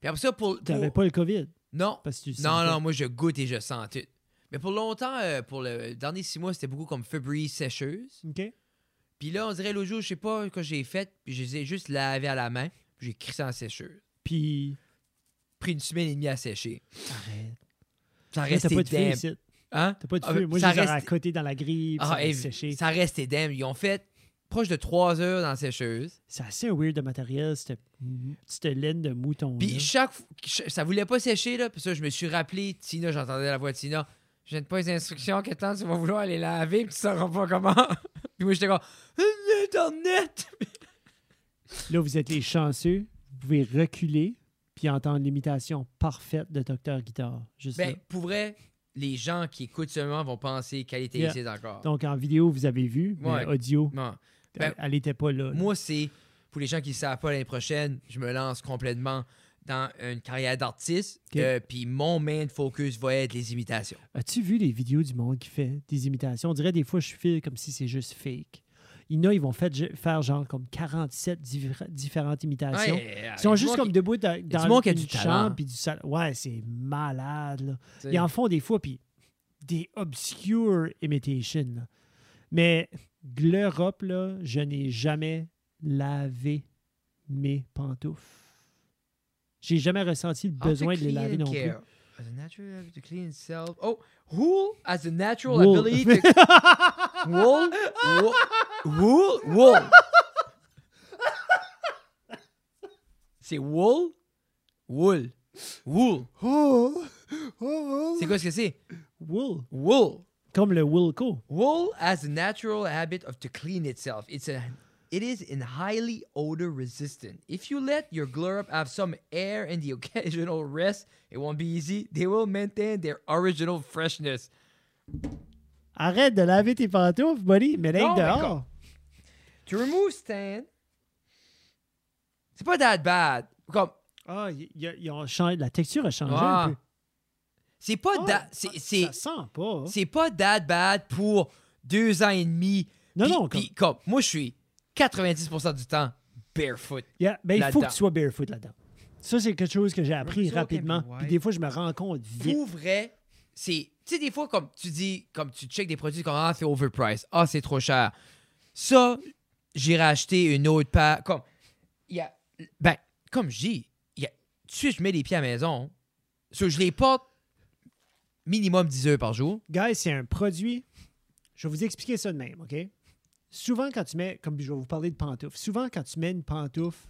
Speaker 3: Puis après ça, pour.
Speaker 2: T'avais
Speaker 3: pour-
Speaker 2: pas le COVID.
Speaker 3: non,
Speaker 2: Parce que tu
Speaker 3: oh. non,
Speaker 2: sentais.
Speaker 3: non, moi, je goûte et je sens tout. Mais pour longtemps, euh, pour le dernier six mois, c'était beaucoup comme Febreze sécheuse.
Speaker 2: OK.
Speaker 3: Puis là, on dirait l'autre jour, je sais pas ce que j'ai fait, puis je les ai juste lavés à la main, puis j'ai crissé en sécheuse.
Speaker 2: Puis.
Speaker 3: Pris une semaine et demie à sécher.
Speaker 2: Arrête.
Speaker 3: Ça
Speaker 2: Là, T'as
Speaker 3: restait
Speaker 2: pas de feu
Speaker 3: damp.
Speaker 2: ici.
Speaker 3: Hein?
Speaker 2: T'as pas de
Speaker 3: Ah,
Speaker 2: feu. Moi, je
Speaker 3: ça
Speaker 2: les aurais
Speaker 3: reste-
Speaker 2: accotés dans la grille, puis
Speaker 3: Ah,
Speaker 2: ça
Speaker 3: hey,
Speaker 2: a séché.
Speaker 3: Ça restait damn. Ils ont fait proche de 3 heures dans la sécheuse.
Speaker 2: C'est assez weird de matériel, cette petite laine de mouton.
Speaker 3: Puis chaque fois, ch- ça voulait pas sécher, là. Puis ça, je me suis rappelé, Tina, j'entendais la voix de Tina. Je viens de pas les instructions que tant tu vas vouloir aller laver, puis tu sauras pas comment. puis moi, j'étais comme, Internet!
Speaker 2: Là, vous êtes les chanceux. Vous pouvez reculer puis entendre l'imitation parfaite de Docteur Guitare. Juste
Speaker 3: ben,
Speaker 2: là.
Speaker 3: pour vrai, les gens qui écoutent seulement vont penser qu'elle était
Speaker 2: Yeah.
Speaker 3: ici encore.
Speaker 2: Donc, en vidéo, vous avez vu, mais
Speaker 3: Ouais.
Speaker 2: audio,
Speaker 3: Bon.
Speaker 2: elle-
Speaker 3: Ben,
Speaker 2: elle n'était pas là.
Speaker 3: Moi, c'est pour les gens qui ne savent pas l'année prochaine, je me lance complètement dans une carrière d'artiste.
Speaker 2: Ok.
Speaker 3: euh, Puis mon main focus va être les imitations.
Speaker 2: As-tu vu les vidéos du monde qui fait des imitations? On dirait des fois, je fais comme si c'est juste fake. Il y en a, ils vont fait- faire genre comme 47 diffé- différentes imitations.
Speaker 3: euh,
Speaker 2: Ils
Speaker 3: Ben,
Speaker 2: sont juste comme debout dans,
Speaker 3: du
Speaker 2: dans
Speaker 3: monde qui a
Speaker 2: une
Speaker 3: du talent.
Speaker 2: chambre puis du sal- Ouais, c'est malade. Là. Ils en font des fois, puis des obscure imitations. là. Mais l'Europe, là, je n'ai jamais lavé mes pantoufles. J'ai jamais ressenti le
Speaker 3: Ah,
Speaker 2: besoin de les laver non plus.
Speaker 3: As a natural ability to clean itself. Oh, wool has a natural
Speaker 2: Wool.
Speaker 3: ability to. wool? Wool? Wool? Wool? C'est wool? Wool. Wool.
Speaker 2: Oh,
Speaker 3: C'est quoi ce que c'est?
Speaker 2: Wool.
Speaker 3: Wool.
Speaker 2: Comme le Wilco.
Speaker 3: Wool has a natural habit of to clean itself. It's a it is in highly odor resistant. If you let your glurp have some air and the occasional rest, it won't be easy. They will maintain their original freshness.
Speaker 2: Arrête de laver tes pantoufles, buddy. Mais
Speaker 3: Non,
Speaker 2: là,
Speaker 3: mais
Speaker 2: dehors.
Speaker 3: comme- Oh To remove stain, c'est pas that bad. Comme
Speaker 2: Ah, y- y a- ils ont changé. La texture a changé
Speaker 3: ah,
Speaker 2: un peu.
Speaker 3: c'est pas
Speaker 2: Ah,
Speaker 3: that c'est c'est
Speaker 2: Ça sent pas.
Speaker 3: c'est pas that bad pour deux ans et demi.
Speaker 2: Non,
Speaker 3: Puis-
Speaker 2: non, comme-
Speaker 3: puis comme moi je suis 90% du temps barefoot.
Speaker 2: Yeah, ben, il faut que
Speaker 3: là-dedans.
Speaker 2: tu sois barefoot là-dedans. Ça, c'est quelque chose que j'ai appris
Speaker 3: Barefoot can be
Speaker 2: rapidement.
Speaker 3: wide.
Speaker 2: Puis des fois, je me rends compte vite.
Speaker 3: Pour vrai, c'est. Tu sais, des fois, comme tu dis, comme tu check des produits, comme Ah, c'est overpriced. Ah, c'est trop cher. Ça, j'irai acheter une autre paire. Comme. Il y a. Ben, comme je dis, il y a- tout de suite, je mets les pieds à la maison. So, je les porte minimum 10 heures par jour.
Speaker 2: Guys, c'est un produit. Je vais vous expliquer ça de même, OK? Souvent, quand tu mets, comme je vais vous parler de pantoufles, souvent, quand tu mets une pantoufle,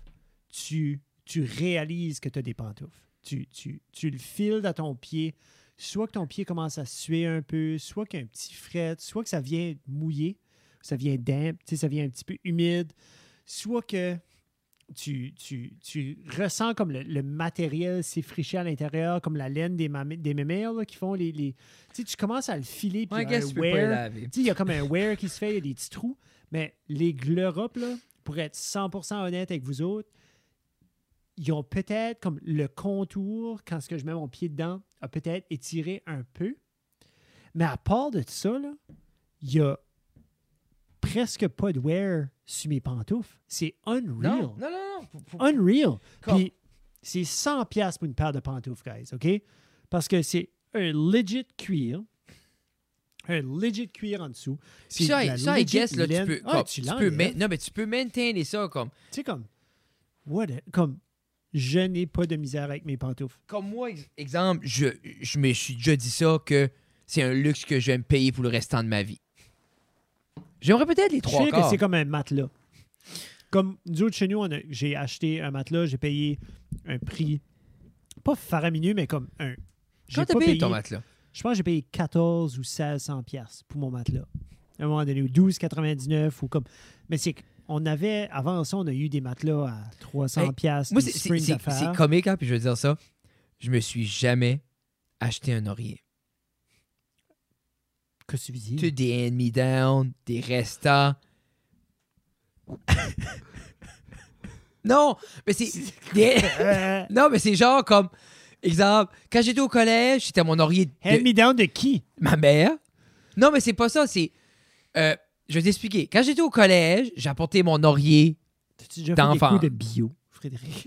Speaker 2: tu, tu réalises que tu as des pantoufles. Tu, tu, tu le files dans ton pied. Soit que ton pied commence à suer un peu, soit qu'il y a un petit fret, soit que ça vient mouillé, ça vient damp, tu sais, ça vient un petit peu humide, soit que tu, tu, tu ressens comme le, le matériel s'effricher à l'intérieur, comme la laine des, mamelles- des mémères là, qui font les. les- Tu sais, tu commences à le filer. Puis il y a un wear.
Speaker 3: laver.
Speaker 2: Tu sais, il y a comme un wear qui se fait, il y a des petits trous. Mais les Gleurop, là, pour être 100% honnête avec vous autres, ils ont peut-être, comme le contour, quand ce que je mets mon pied dedans, a peut-être étiré un peu. Mais à part de ça, là, il y a presque pas de wear sur mes pantoufles. C'est unreal.
Speaker 3: Non, non, non, non. Pour- pour-
Speaker 2: Unreal.
Speaker 3: Comme-
Speaker 2: Puis c'est 100$ piastres pour une paire de pantoufles, guys, OK? Parce que c'est un legit cuir. Un legit cuir en dessous. C'est
Speaker 3: Puis
Speaker 2: de
Speaker 3: Ça,
Speaker 2: la
Speaker 3: ça I
Speaker 2: legit
Speaker 3: guess, là, tu
Speaker 2: laine.
Speaker 3: peux,
Speaker 2: Ah,
Speaker 3: comme,
Speaker 2: tu
Speaker 3: tu
Speaker 2: l'enlèves.
Speaker 3: peux main- non, mais tu peux maintainer ça comme,
Speaker 2: Tu sais, comme, what a- comme, je n'ai pas de misère avec mes pantoufles.
Speaker 3: comme moi, ex- exemple, je, je me suis déjà dit ça que c'est un luxe que je vais me payer pour le restant de ma vie. J'aimerais peut-être les
Speaker 2: Je
Speaker 3: trois
Speaker 2: sais que
Speaker 3: quarts.
Speaker 2: c'est comme un matelas. Comme nous autres chez nous, on a- j'ai acheté un matelas, j'ai payé un prix, pas faramineux, mais comme un. J'ai
Speaker 3: Quand t'as
Speaker 2: pas
Speaker 3: payé ton matelas?
Speaker 2: Je pense que j'ai payé 14 ou 1600 pièces pour mon matelas. À un moment donné, ou 12,99 ou comme. Mais c'est qu'on avait, avant ça, on a eu des matelas à 300
Speaker 3: Hey,
Speaker 2: pièces.
Speaker 3: Moi,
Speaker 2: des
Speaker 3: c'est- c'est
Speaker 2: springs
Speaker 3: c'est-
Speaker 2: d'affaires.
Speaker 3: c'est comique, hein, puis je veux dire ça. Je me suis jamais acheté un oreiller.
Speaker 2: Qu'est-ce que tu dis?
Speaker 3: Tu sais, des hand me down, des restas. non, mais c'est des-
Speaker 2: Euh,
Speaker 3: non, mais c'est genre comme exemple. Quand j'étais au collège, c'était mon oreiller de
Speaker 2: hand me down de qui?
Speaker 3: ma mère. Non, mais c'est pas ça. C'est euh, je vais t'expliquer. Quand j'étais au collège, j'apportais mon oreiller.
Speaker 2: T'as-tu déjà fait des
Speaker 3: D'enfant.
Speaker 2: coups de bio, Frédéric?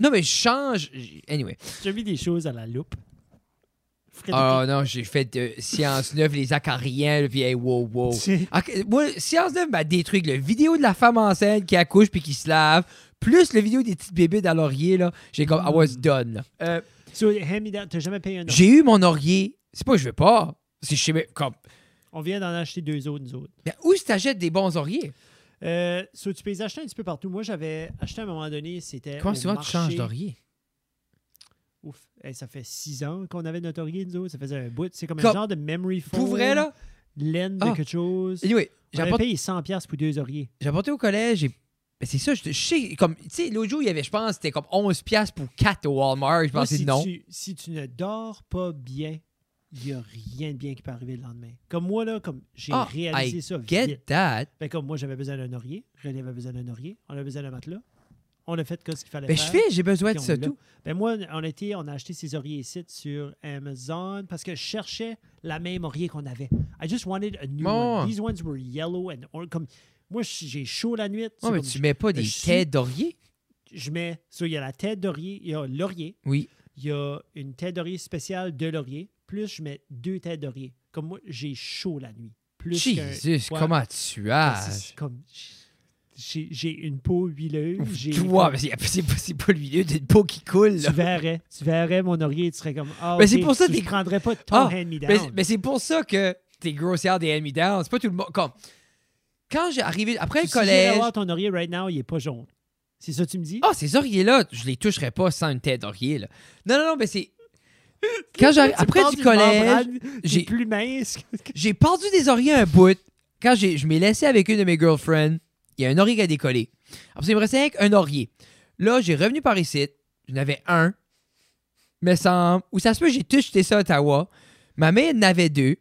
Speaker 3: Non, mais je change. Anyway.
Speaker 2: J'ai mis des choses à la loupe. Frédéric.
Speaker 3: Oh non, j'ai fait de Science 9, les acariens, puis hey, wow, wow.
Speaker 2: C'est-
Speaker 3: Ah, que- Moi, Science 9 m'a détruit avec le vidéo de la femme enceinte qui accouche puis qui se lave, plus le vidéo des petites bébés dans l'oreiller, là. J'ai comme, I was done. là. Euh,
Speaker 2: So, hand me down, t'as jamais payé un autre.
Speaker 3: j'ai eu mon oreiller. C'est pas que je veux pas. C'est chez mes. Comme.
Speaker 2: On vient d'en acheter deux autres, nous autres.
Speaker 3: Ben, où est-ce que t'achètes des bons oreillers?
Speaker 2: Euh, so, tu peux les acheter un petit peu partout. Moi, j'avais acheté à un moment donné, c'était.
Speaker 3: Comment
Speaker 2: au
Speaker 3: souvent tu changes
Speaker 2: marché.
Speaker 3: d'oreiller?
Speaker 2: Ouf, Hey, ça fait six ans qu'on avait notre oreiller, nous autres. Ça faisait un bout. C'est comme un
Speaker 3: Comme-
Speaker 2: genre de memory foam.
Speaker 3: Pour vrai, là?
Speaker 2: Laine de
Speaker 3: Ah.
Speaker 2: quelque chose.
Speaker 3: Anyway,
Speaker 2: J'avais
Speaker 3: j'apporte-
Speaker 2: payé 100$ pour deux oreillers.
Speaker 3: j'ai apporté au collège et. Ben, c'est ça, je, te- je sais, comme, tu sais, l'autre jour, il y avait, je pense, c'était comme 11$ piastres pour 4 au Walmart. Je
Speaker 2: Moi,
Speaker 3: pensais
Speaker 2: si,
Speaker 3: non.
Speaker 2: Tu, si tu ne dors pas bien, il n'y a rien de bien qui peut arriver le lendemain. Comme moi, là, comme j'ai
Speaker 3: Ah,
Speaker 2: réalisé
Speaker 3: I
Speaker 2: ça
Speaker 3: Get
Speaker 2: vite.
Speaker 3: that.
Speaker 2: Ben, comme moi, j'avais besoin d'un oreiller. René avait besoin d'un oreiller. On a besoin d'un matelas. On a fait que ce qu'il fallait
Speaker 3: Ben, je
Speaker 2: faire.
Speaker 3: fais, j'ai besoin de
Speaker 2: Puis on
Speaker 3: ça
Speaker 2: l'a.
Speaker 3: tout.
Speaker 2: Ben moi, en été, on a acheté ces oreillers ici sur Amazon parce que je cherchais la même oreiller qu'on avait. I just wanted a new
Speaker 3: Bon.
Speaker 2: one. These ones were yellow and or- comme moi je- j'ai chaud la nuit. c'est Ben,
Speaker 3: Non, mais
Speaker 2: comme
Speaker 3: tu
Speaker 2: je,
Speaker 3: mets pas des
Speaker 2: je suis-
Speaker 3: têtes d'oreiller?
Speaker 2: je mets ça, il y a la tête d'oreiller, il y a l'oreiller,
Speaker 3: Oui.
Speaker 2: il y a une tête d'oreiller spéciale de laurier, plus je mets deux têtes d'oreiller. Comme moi, j'ai chaud la nuit. Plus qu'un-
Speaker 3: Jesus,
Speaker 2: Ouais.
Speaker 3: comment tu
Speaker 2: Ouais,
Speaker 3: as?
Speaker 2: c'est- c'est comme j'ai j'ai une peau huileuse, j'ai
Speaker 3: Toi, mais c'est c'est pas, c'est pas le milieu d'une peau qui coule. là.
Speaker 2: tu verrais, tu verrais mon oreiller, et tu serais comme ah,
Speaker 3: Mais c'est
Speaker 2: ok,
Speaker 3: pour ça
Speaker 2: tu-
Speaker 3: que
Speaker 2: je
Speaker 3: t'es-
Speaker 2: prendrais pas ton
Speaker 3: Ah,
Speaker 2: hand
Speaker 3: Mais,
Speaker 2: me down.
Speaker 3: mais c'est pour ça que t'es grossière des hand me down. C'est pas tout le monde. Comme, quand j'ai arrivé après
Speaker 2: Tu
Speaker 3: le
Speaker 2: sais, Si
Speaker 3: collège.
Speaker 2: j'irais voir ton oreiller right now, il est pas jaune. C'est ça que tu me dis
Speaker 3: Ah, ces oreillers-là, je les toucherais pas sans une tête d'oreiller. là. Non, non, non, mais c'est. Quand j'arrive
Speaker 2: Tu
Speaker 3: après
Speaker 2: pars
Speaker 3: du
Speaker 2: d'une
Speaker 3: collège,
Speaker 2: membrane,
Speaker 3: j'ai-
Speaker 2: t'es plus mince. que-
Speaker 3: j'ai perdu des oreillers un bout. Quand j'ai- je m'ai laissé avec une de mes girlfriends, il y a un oreiller qui a décollé. Après, ça, il me restait avec un oreiller. Là, j'ai revenu par ici. J'en avais un. Me semble. Ou ça se peut, j'ai tout jeté ça à Ottawa. Ma mère en avait deux.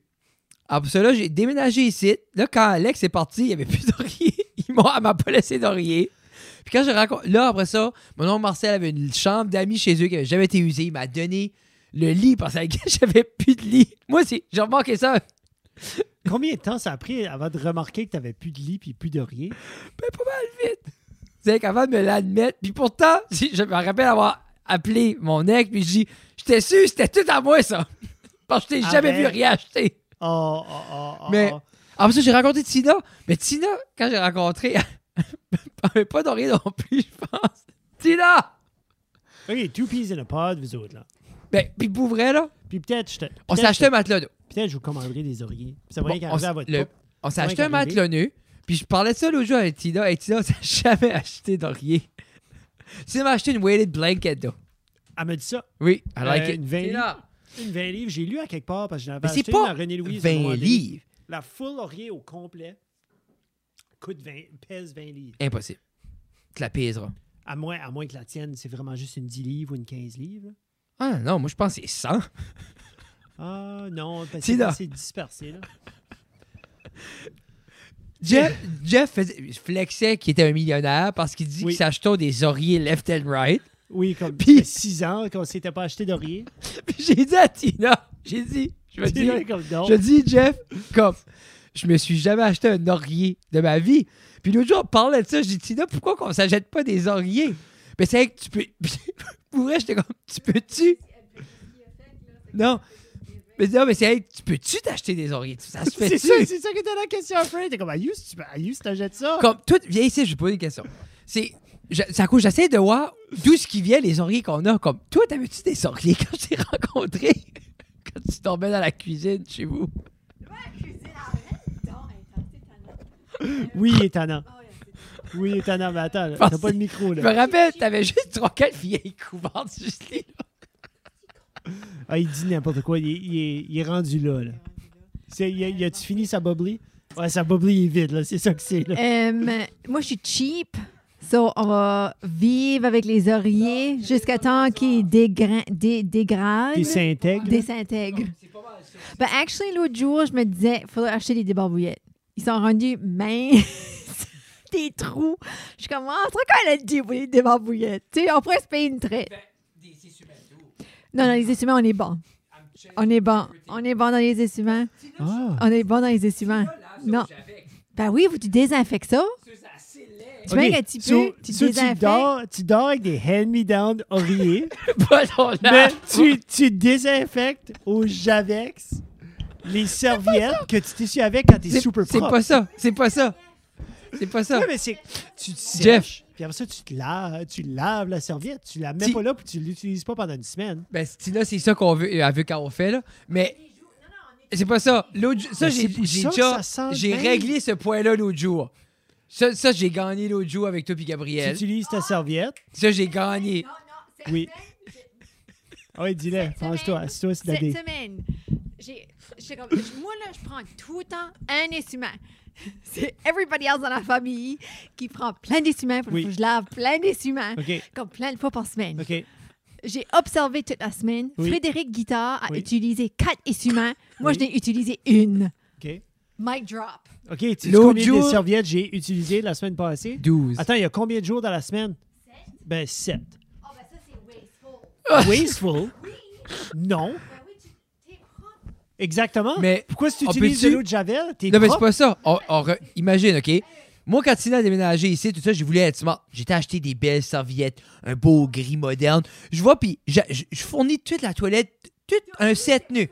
Speaker 3: Après ça, là, j'ai déménagé ici. Là, quand Alex est parti, il n'y avait plus d'oreiller. Ils m'ont- Elle m'a pas laissé d'oreiller. Puis quand j'ai rencontré. Là, après ça, mon oncle Marcel avait une chambre d'amis chez eux qui n'avait jamais été usée. Il m'a donné le lit parce que j'avais plus de lit. Moi, c'est- j'ai remarqué ça
Speaker 2: Combien de temps ça a pris avant de remarquer que t'avais plus de lit puis plus d'oreiller
Speaker 3: ben, pas mal vite. C'est qu'avant de me l'admettre, puis pourtant, si- je me rappelle avoir appelé mon ex, puis je dis, j'étais sûr, c'était tout à moi, ça. Parce que je t'ai
Speaker 2: Ah
Speaker 3: jamais
Speaker 2: ben.
Speaker 3: vu rien acheter.
Speaker 2: Oh, oh, oh, oh,
Speaker 3: Mais-
Speaker 2: oh.
Speaker 3: Après ça, j'ai rencontré Tina. Mais Tina, quand j'ai rencontré, elle m'avait pas doré non plus, je pense. Tina!
Speaker 2: Ok, two peas in a pod, vous autres là.
Speaker 3: Ben, puis pour vrai, là,
Speaker 2: Puis peut-être, je te-
Speaker 3: on s'est
Speaker 2: peut-être
Speaker 3: acheté
Speaker 2: je
Speaker 3: un
Speaker 2: te-
Speaker 3: matelas d'eau.
Speaker 2: Peut-être je vous commanderai des oreillers. Ça va
Speaker 3: Bon,
Speaker 2: rien
Speaker 3: on s-
Speaker 2: qu'arriver à votre
Speaker 3: le-
Speaker 2: porte.
Speaker 3: On s'est
Speaker 2: Ouais,
Speaker 3: acheté un
Speaker 2: qu'arrivé.
Speaker 3: matelas nu, puis je parlais de ça l'autre jour avec Tina, et Tina, s'est jamais acheté d'oreiller. Tina m'a acheté une weighted blanket, d'eau.
Speaker 2: Elle m'a dit ça.
Speaker 3: Oui, I like
Speaker 2: Euh,
Speaker 3: it.
Speaker 2: une vingt-
Speaker 3: Tina!
Speaker 2: Une 20 livres, j'ai lu à quelque part parce que j'en avais
Speaker 3: Mais c'est
Speaker 2: acheté
Speaker 3: pas
Speaker 2: une à René Louise. à un
Speaker 3: 20
Speaker 2: moment donné.
Speaker 3: livres.
Speaker 2: La full laurier au complet coûte 20, pèse 20 livres.
Speaker 3: Impossible. Tu la pèseras.
Speaker 2: À moins, à moins que la tienne, c'est vraiment juste une 10 livres ou une 15 livres. là.
Speaker 3: Ah non, moi je pense que c'est 100.
Speaker 2: Ah non, parce
Speaker 3: C'est là.
Speaker 2: que c'est dispersé. Là.
Speaker 3: Jeff, Jeff faisait- flexait qu'il était un millionnaire parce qu'il dit
Speaker 2: Oui.
Speaker 3: qu'il s'achetait des oreillers left and right.
Speaker 2: Oui, comme
Speaker 3: Puis-
Speaker 2: 6 ans qu'on s'était pas acheté d'oreiller.
Speaker 3: Puis j'ai dit à Tina, j'ai dit, je me
Speaker 2: C'est
Speaker 3: dis,
Speaker 2: là comme non.
Speaker 3: je dis Jeff, comme, je me suis jamais acheté un oreiller de ma vie. Puis l'autre jour, on parlait de ça, je dis, Tina, pourquoi qu'on s'achète pas des oreillers? Mais c'est vrai que tu peux, pour vrai, j'étais comme, tu peux-tu? Non. Mais non, mais c'est, hey, tu peux-tu t'acheter des oreillers? Ça se
Speaker 2: C'est
Speaker 3: fait-tu?
Speaker 2: ça, c'est ça qui était la question après. T'es comme, Ayus, tu Ayus, t'achètes ça?
Speaker 3: Comme, toi, viens ici, je vais te poser une question. C'est, je- c'est à cause, j'essaie de voir d'où ce qui vient les oreillers qu'on a. Comme, toi, t'avais-tu des oreillers quand je t'ai rencontré? quand tu tombais dans la cuisine chez vous?
Speaker 2: Oui, étonnant. Oui, étonnant, mais attends, là,
Speaker 3: Parce-
Speaker 2: t'as pas le micro,
Speaker 3: Je
Speaker 2: là.
Speaker 3: me rappelle, t'avais juste trois, quatre vieilles couvertes juste les
Speaker 2: Ah, il dit n'importe quoi. Il, est- il est, il est rendu là, là. C'est- il a- il a-tu fini sa boblie? Ouais, sa boblie est vide, là. C'est ça que c'est, là.
Speaker 4: Euh, moi, je suis cheap. So, on va vivre avec les oreillers jusqu'à temps qu'ils dégra- dé- dégradent,
Speaker 2: Il s'intègre.
Speaker 4: désintègrent. Ben, actually, l'autre jour, je me disais, il faudrait acheter des débarbouillettes. Ils sont rendus minces, des trous. Je Ah, commence à quand elle a dit oui, débarbouillettes. Tu sais, on pourrait se payer une traite. Non, non, les essuie-mains, on est bon.
Speaker 3: Ah.
Speaker 4: On est bon. On est bon dans les essuie-mains.
Speaker 2: Ah.
Speaker 4: On est bon dans les essuie-mains. Non. Ben oui, vous, tu désinfectes ça. Tu mets un petit peu,
Speaker 2: so-
Speaker 4: tu
Speaker 2: so
Speaker 4: désinfectes.
Speaker 2: dors, tu dors avec des hand-me-down oreillers,
Speaker 3: Pas dans
Speaker 2: mais
Speaker 3: l'arbre.
Speaker 2: tu, tu désinfectes au Javex les serviettes que tu t'essuies avec quand t'es
Speaker 3: C'est-
Speaker 2: super
Speaker 3: C'est
Speaker 2: propre.
Speaker 3: pas ça. C'est pas ça. C'est pas ça.
Speaker 2: Ouais, mais c'est. Tu te sèches,
Speaker 3: Jeff.
Speaker 2: Puis après ça, tu, te laves, tu laves la serviette. Tu la mets
Speaker 3: Si-
Speaker 2: pas là, puis tu l'utilises pas pendant une semaine.
Speaker 3: Ben, Stina, c'est ça qu'on veut, elle veut qu'on fait, là. Mais c'est pas ça. L'autre, jou- ça,
Speaker 2: Mais c'est
Speaker 3: j'ai
Speaker 2: pour
Speaker 3: j'ai
Speaker 2: ça que
Speaker 3: déjà-
Speaker 2: ça sent
Speaker 3: j'ai
Speaker 2: bien.
Speaker 3: réglé ce point-là l'autre jour. Ça, ça j'ai gagné l'autre jour avec toi puis
Speaker 2: Tu
Speaker 3: Gabriel.
Speaker 2: utilises ta serviette.
Speaker 3: Ça, j'ai gagné.
Speaker 2: Oui. Eh, Ah oui, dis-le. Franche-toi. Assieds-toi, c'est la
Speaker 4: Cette
Speaker 2: dé.
Speaker 4: semaine, j'ai, j'étais comme, moi, là, je prends tout le temps un essuie-main. C'est everybody else dans la famille qui prend plein d'essuie-mains. Faut
Speaker 2: Oui.
Speaker 4: que je lave plein d'essuie-mains.
Speaker 2: OK.
Speaker 4: Comme plein de fois par semaine.
Speaker 2: OK.
Speaker 4: J'ai observé toute la semaine.
Speaker 2: Oui.
Speaker 4: Frédéric Guitard a
Speaker 2: Oui.
Speaker 4: utilisé quatre essuie-mains. Moi,
Speaker 2: Oui.
Speaker 4: je n'ai utilisé une.
Speaker 2: OK.
Speaker 4: Mic drop.
Speaker 2: OK. Tu
Speaker 3: L'autre
Speaker 2: connais des
Speaker 3: jour-
Speaker 2: serviettes que j'ai utilisées la semaine passée?
Speaker 3: 12.
Speaker 2: Attends, il y a combien de jours dans la semaine? Ben, sept.
Speaker 5: Oh, ben ça, c'est wasteful.
Speaker 2: Wasteful? Non.
Speaker 5: Ben oui, tu t'es propre.
Speaker 2: Exactement.
Speaker 3: Mais
Speaker 2: Pourquoi si tu
Speaker 3: on
Speaker 2: utilises de
Speaker 3: peut-tu-
Speaker 2: l'eau de Javel, t'es
Speaker 3: Non, mais c'est
Speaker 2: propre?
Speaker 3: pas ça. On- on re- Imagine, OK? Moi, quand Tina a déménagé ici, tout ça, je voulais être smart. J'étais acheté des belles serviettes, un beau gris moderne. Je vois, puis je, je- je fournis toute la toilette, tout un set nu.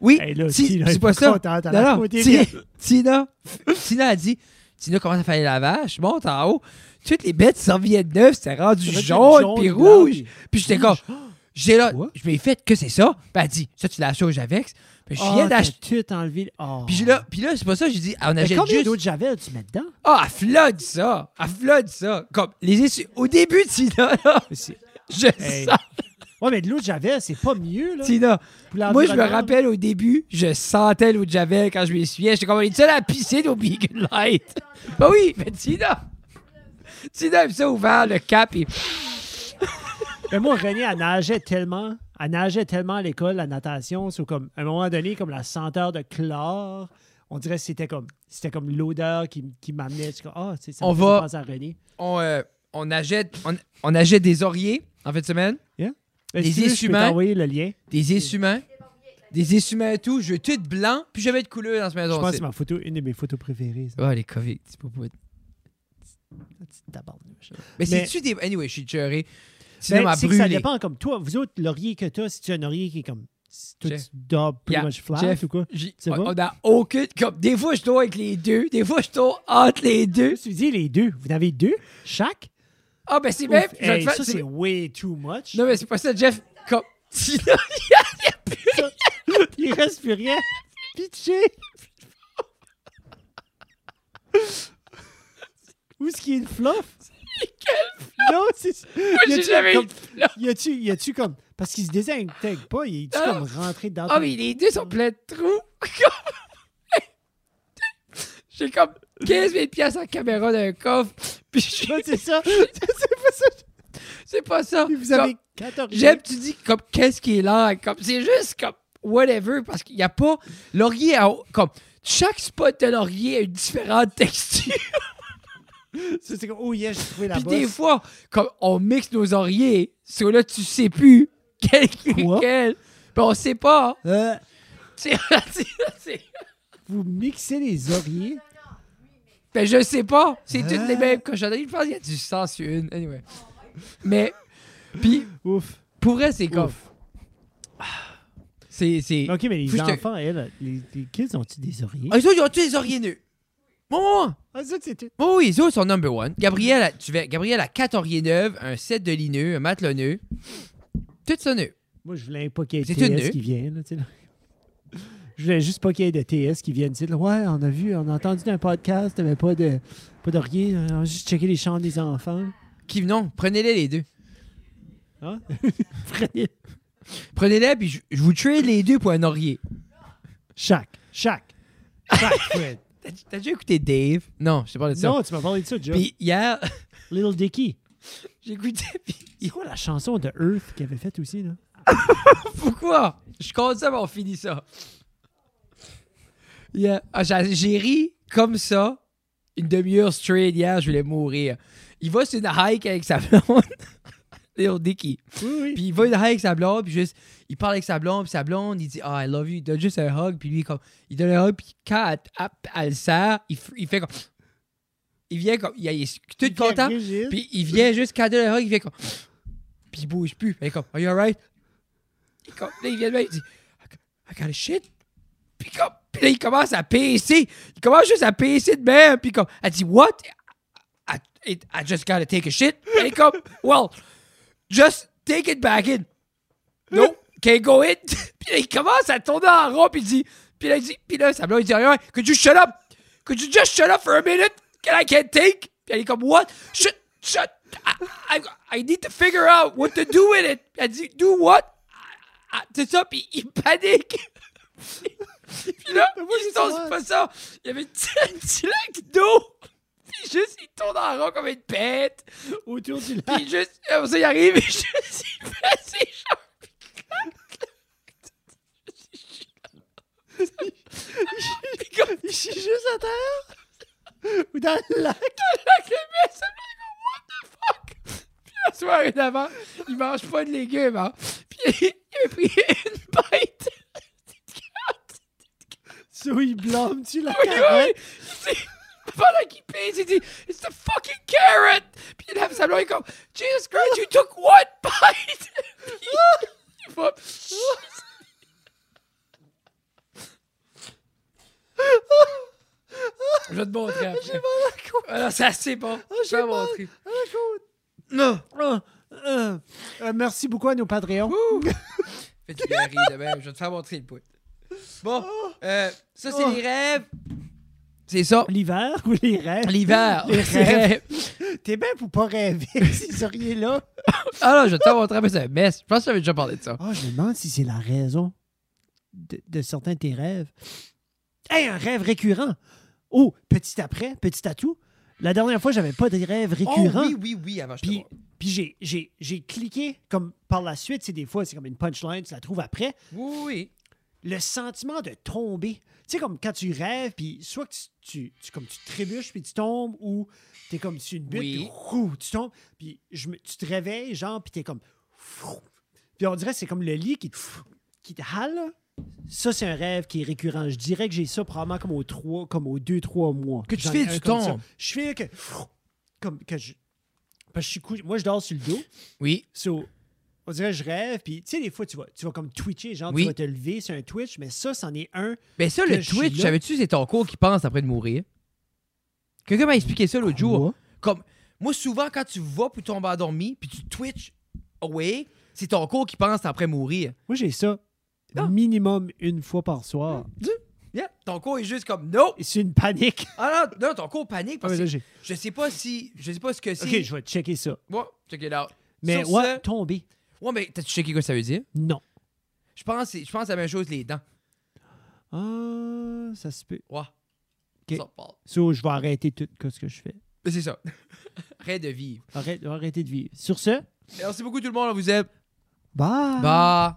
Speaker 3: Oui,
Speaker 2: Hey, là,
Speaker 3: si-
Speaker 2: Tina,
Speaker 3: c'est
Speaker 2: elle
Speaker 3: pas
Speaker 2: est
Speaker 3: ça.
Speaker 2: contente, elle a
Speaker 3: Non, non,
Speaker 2: côté
Speaker 3: Ti-
Speaker 2: vite.
Speaker 3: Tina, Tina a dit, Tina commence à faire les lavages, monte en haut. Toutes les bêtes serviettes neuves, c'était rendu
Speaker 2: Ça va être
Speaker 3: jaune, puis
Speaker 2: blanc,
Speaker 3: rouge.
Speaker 2: puis-
Speaker 3: Puis j'étais comme, j'ai là,
Speaker 2: Quoi?
Speaker 3: je m'ai fait, que c'est ça? Puis elle dit, ça, tu l'as acheté au Javex. Puis je
Speaker 2: Ah,
Speaker 3: viens
Speaker 2: t'as
Speaker 3: d'acheter.
Speaker 2: tout enlevé. Ah.
Speaker 3: Puis j'ai là, puis là c'est pas ça, j'ai dit, ah, on
Speaker 2: Mais
Speaker 3: achète
Speaker 2: combien
Speaker 3: juste.
Speaker 2: d'eau de Javel tu mets dedans?
Speaker 3: Ah, elle flood ça! Elle flood ça! Comme les essuie- Au début, Tina, là,
Speaker 2: Mais c'est-
Speaker 3: je
Speaker 2: Hey.
Speaker 3: sens,
Speaker 2: Ouais, mais de l'eau de Javel, c'est pas mieux, là.
Speaker 3: Tina.
Speaker 2: pour
Speaker 3: Moi, je me
Speaker 2: l'environnement.
Speaker 3: rappelle au début, je sentais l'eau de Javel quand je m'essuyais. J'étais comme, on est seul à la piscine au Beacon Light. bah oui, mais Tina! Tina aime ça ouvert le cap et.
Speaker 2: Mais moi, René, elle nageait tellement. Elle nageait tellement à l'école, la natation. C'est comme, à un moment donné, comme la senteur de chlore. On dirait que c'était comme, c'était comme l'odeur qui, qui m'amenait. Je suis comme, Ah, c'est ça. me
Speaker 3: On
Speaker 2: faisait
Speaker 3: va-
Speaker 2: penser à René.
Speaker 3: On, euh, on, achète, on, on achète des oreillers en fin de semaine,
Speaker 2: Mais
Speaker 3: Les
Speaker 2: si tu veux, je peux
Speaker 3: essuie-mains.
Speaker 2: t'envoyer le lien.
Speaker 3: des essuie-mains, des essuie-mains et tout. Je veux tout blanc, puis je vais être couleur dans ce
Speaker 2: Je
Speaker 3: maison.
Speaker 2: pense que c'est ma photo, une de mes photos préférées. ça.
Speaker 3: Oh, les Covid, c'est pas pour-
Speaker 2: Petite tabarnouche.
Speaker 3: Mais,
Speaker 2: Mais-
Speaker 3: c'est-tu des. Anyway, je suis cheuré. Sinon,
Speaker 2: Ben,
Speaker 3: m'a
Speaker 2: tu sais que ça
Speaker 3: brûlé.
Speaker 2: dépend comme toi. Vous autres, laurier que toi, si tu as un laurier qui est comme. si Toi,
Speaker 3: Jeff.
Speaker 2: tu dors pretty
Speaker 3: Yeah.
Speaker 2: much flat
Speaker 3: Jeff.
Speaker 2: ou quoi?
Speaker 3: J'ai-
Speaker 2: C'est
Speaker 3: on
Speaker 2: bon?
Speaker 3: on a aucune. Comme, des fois, je tourne avec les deux. Des fois, je tourne entre les
Speaker 2: Je
Speaker 3: deux.
Speaker 2: me suis dit, les deux. Vous en avez deux? Chaque?
Speaker 3: Ah, ben, c'est
Speaker 2: Ouf,
Speaker 3: même. je vais
Speaker 2: hey,
Speaker 3: te faire-
Speaker 2: ça,
Speaker 3: c'est-
Speaker 2: c'est way too much.
Speaker 3: Non, mais c'est pas ça, Jeff. Comme. Tina,
Speaker 2: Il reste plus rien. Pitché. Où est-ce qu'il y a une fluff? Non, c'est. Y
Speaker 3: j'ai
Speaker 2: a-tu
Speaker 3: jamais eu
Speaker 2: comme-
Speaker 3: de fluff.
Speaker 2: Y a-tu, y a-tu comme. Parce qu'il se désintègre pas, il est-tu
Speaker 3: Non,
Speaker 2: comme
Speaker 3: non.
Speaker 2: rentré dans
Speaker 3: Ah, mais les deux sont pleins de trous. Comme- J'ai comme 15 000 piastres en caméra d'un coffre. Puis je-
Speaker 2: Non, c'est ça. c'est pas ça.
Speaker 3: c'est pas ça.
Speaker 2: Puis vous
Speaker 3: Comme-
Speaker 2: avez 14
Speaker 3: J'aime, tu dis, comme, qu'est-ce qui est là? Comme, c'est juste comme, whatever, parce qu'il n'y a pas. Laurier, a- comme, chaque spot de laurier a une différente texture.
Speaker 2: Ça, C'est comme, oh yeah, j'ai trouvé la
Speaker 3: Puis
Speaker 2: bosse.
Speaker 3: des fois, comme, on mixe nos lauriers, sur là, tu sais plus quel est
Speaker 2: Quoi?
Speaker 3: quel. Puis on sait pas.
Speaker 2: Euh,
Speaker 3: C'est- c'est- c'est-
Speaker 2: vous mixez les oreillers.
Speaker 3: Ben, je sais pas. C'est toutes
Speaker 2: Hein?
Speaker 3: les mêmes cochonneries. Je pense qu'il y a du sang sur une. Anyway. Mais, puis,
Speaker 2: Ouf.
Speaker 3: pour vrai, c'est comme.
Speaker 2: Ouf.
Speaker 3: C'est. c'est...
Speaker 2: OK, mais les
Speaker 3: Faut que je te-
Speaker 2: enfants, elles, les, les kids ont-ils des oreillers?
Speaker 3: Ah, les autres, ils ont tous les oreillers nus. Bon, bon, bon.
Speaker 2: Ah, ça, c'est tout.
Speaker 3: Bon, oui, les autres sont number one. Gabriel a, tu fais- Gabriel a 4 oreillers neufs, un 7 de lineux, un matelas neuf. Tout ça neuf.
Speaker 2: Moi, je voulais pas qu'il y ait
Speaker 3: C'est
Speaker 2: de
Speaker 3: une
Speaker 2: TS
Speaker 3: nue.
Speaker 2: qui vienne. Là, tu sais, là. Je voulais juste pas qu'il y ait de TS qui vienne. tu sais, là, Ouais, on a vu, on a entendu d'un podcast, il n'y avait pas de pas d'oreiller. On a juste checké les chants des enfants.
Speaker 3: Qui, non, prenez-les les deux.
Speaker 2: Hein? Prenez-
Speaker 3: Prenez-les, puis je, je vous trade les deux pour un oreiller.
Speaker 2: chaque, chaque, chaque, Fred.
Speaker 3: T'as, t'as déjà écouté Dave? Non, je sais pas de ça.
Speaker 2: non, tu m'as parlé de ça, Joe.
Speaker 3: Puis hier,
Speaker 2: Little Dicky.
Speaker 3: j'écoutais,
Speaker 2: C'est
Speaker 3: puis
Speaker 2: quoi la chanson de Earth qu'il avait faite aussi, là?
Speaker 3: pourquoi? Je compte ça, mais on finit ça. Hier- ah, j'ai, j'ai ri comme ça, une demi-heure straight hier, je voulais mourir. Il va sur une hike avec sa blonde, Little Dicky.
Speaker 2: Oui, oui.
Speaker 3: Puis il va une hike avec sa blonde, puis juste, il parle avec sa blonde, puis sa blonde, il dit Ah, I love you, il donne juste un hug, puis lui, comme, il donne un hug, puis quand elle, elle- elle le serre, il, f- il fait comme. Il vient comme. Il, il est tout content,
Speaker 2: Puis...
Speaker 3: puis il vient juste, quand elle donne un hug, il fait comme. Puis il bouge plus. Il est comme Are you alright? Il est comme- Là, il vient de là, il dit I got- I got a shit. Puis comme. Puis là, il commence à pisser. Il commence juste à pisser de même, puis comme. Elle dit What? I, it, I just gotta take a shit. And he come, well, just take it back in.
Speaker 2: Hein?
Speaker 3: Nope, can't go in. puis là, il commence à tourner en rond, puis il dit, puis là, il dit, puis là, sa blonde, il dit, rien. could you shut up? Could you just shut up for a minute? Can I can't take? Puis elle est comme, what? Shut, shut, I, I, I need to figure out what to do with it. Elle dit, do what? Ah, ah, C'est ça, puis il panique. puis là,
Speaker 2: Mais moi, je
Speaker 3: il
Speaker 2: sais
Speaker 3: s'ose
Speaker 2: pas.
Speaker 3: pas ça. Il y avait une petite lac d'eau. Puis juste, il tourne en rond comme une bête.
Speaker 2: Autour du lac.
Speaker 3: Puis juste, euh, comme ça, il arrive et juste, il fait ses jambes. Puis comme,
Speaker 2: Il chie juste à terre. Ou dans le lac.
Speaker 3: la clémence, ça fait comme, what the fuck? Puis la soirée d'avant, il mange pas de légumes, hein. Puis il a pris une bite.
Speaker 2: So, il blâme-tu la
Speaker 3: Oui, oui,
Speaker 2: carotte?
Speaker 3: oui. Pendant qu'il pisse, il dit It's the fucking carrot! Puis il lève sa blonde, il est comme Jesus Christ, you took one bite! Puis il va. Je vais te montrer après. J'ai mal Alors, ça, c'est bon. je vais te
Speaker 2: j'ai mal.
Speaker 3: montrer.
Speaker 2: Ah, écoute. Ah, ah. Euh, merci beaucoup à nos Patreons.
Speaker 3: Fais du bien rire de même. Je vais te faire montrer le point. Bon, euh, ça, c'est
Speaker 2: Oh.
Speaker 3: les rêves. C'est ça.
Speaker 2: L'hiver ou les rêves?
Speaker 3: L'hiver.
Speaker 2: Les
Speaker 3: Ah. Les
Speaker 2: rêves.
Speaker 3: rêves.
Speaker 2: T'es bien pour pas rêver si vous seriez là.
Speaker 3: Ah non, je vais te montrer, mais c'est un mess. Je pense que j'avais déjà parlé de ça.
Speaker 2: Ah, je me demande si c'est la raison de, de certains de tes rêves. Hey, un rêve récurrent. Oh, petit après, petit atout. La dernière fois, j'avais pas de rêve récurrent.
Speaker 3: Oh, oui, oui, oui, avant je te
Speaker 2: Puis,
Speaker 3: vois.
Speaker 2: puis j'ai- j'ai j'ai cliqué, comme par la suite, c'est des fois, c'est comme une punchline, tu la trouves après.
Speaker 3: Oui, oui, oui.
Speaker 2: Le sentiment de tomber. Tu sais, comme quand tu rêves, puis soit que tu, tu- tu- comme tu trébuches, puis tu tombes, ou t'es comme sur une butte,
Speaker 3: Oui.
Speaker 2: puis roux, tu tombes, puis je me- tu te réveilles, genre, puis t'es comme... fou. Puis on dirait que c'est comme le lit qui te, qui te hale. là. Ça, c'est un rêve qui est récurrent. Je dirais que j'ai ça probablement comme aux trois, comme aux deux, trois mois.
Speaker 3: Que tu
Speaker 2: J'en
Speaker 3: fais
Speaker 2: ai
Speaker 3: du
Speaker 2: un comme ça.
Speaker 3: temps.
Speaker 2: Je fais que... Comme que je... Parce que je suis cou- Moi, je dors sur le dos.
Speaker 3: Oui,
Speaker 2: So, on dirait que je rêve, puis tu sais, des fois, tu vas, tu vas comme twitcher, genre,
Speaker 3: Oui.
Speaker 2: tu vas te lever sur un Twitch, mais ça, c'en est un.
Speaker 3: mais ça,
Speaker 2: Que
Speaker 3: le
Speaker 2: je suis
Speaker 3: Twitch,
Speaker 2: là.
Speaker 3: savais-tu, c'est ton cours qui pense après de mourir? Quelqu'un m'a expliqué ça l'autre jour.
Speaker 2: Moi.
Speaker 3: Comme, moi, souvent, quand tu vas pour tomber endormi, puis tu Twitch away, c'est ton cours qui pense après mourir.
Speaker 2: Moi, j'ai ça
Speaker 3: Ah.
Speaker 2: minimum une fois par soir.
Speaker 3: Yeah. Ton cours est juste comme, non!
Speaker 2: Et c'est une panique.
Speaker 3: Ah non, non, ton cours panique
Speaker 2: Ah,
Speaker 3: parce
Speaker 2: mais là,
Speaker 3: que
Speaker 2: j'ai-
Speaker 3: je sais pas si, je sais pas ce que c'est.
Speaker 2: ok, je vais checker ça.
Speaker 3: Bon, check it out.
Speaker 2: Mais
Speaker 3: Sur
Speaker 2: ouais,
Speaker 3: ce-
Speaker 2: tomber.
Speaker 3: Ouais, mais t'as-tu checké quoi ça veut dire?
Speaker 2: Non.
Speaker 3: Je pense, c'est- je pense à la même chose les dents.
Speaker 2: Ah, ça se peut.
Speaker 3: Ouais.
Speaker 2: Ok.
Speaker 3: Ça parle.
Speaker 2: So, je vais arrêter tout ce que je fais.
Speaker 3: Mais C'est ça. Arrête de vivre.
Speaker 2: Arrête, arrêter de vivre. Sur ce,
Speaker 3: Merci beaucoup tout le monde, on vous aime.
Speaker 2: bye.
Speaker 3: Bye.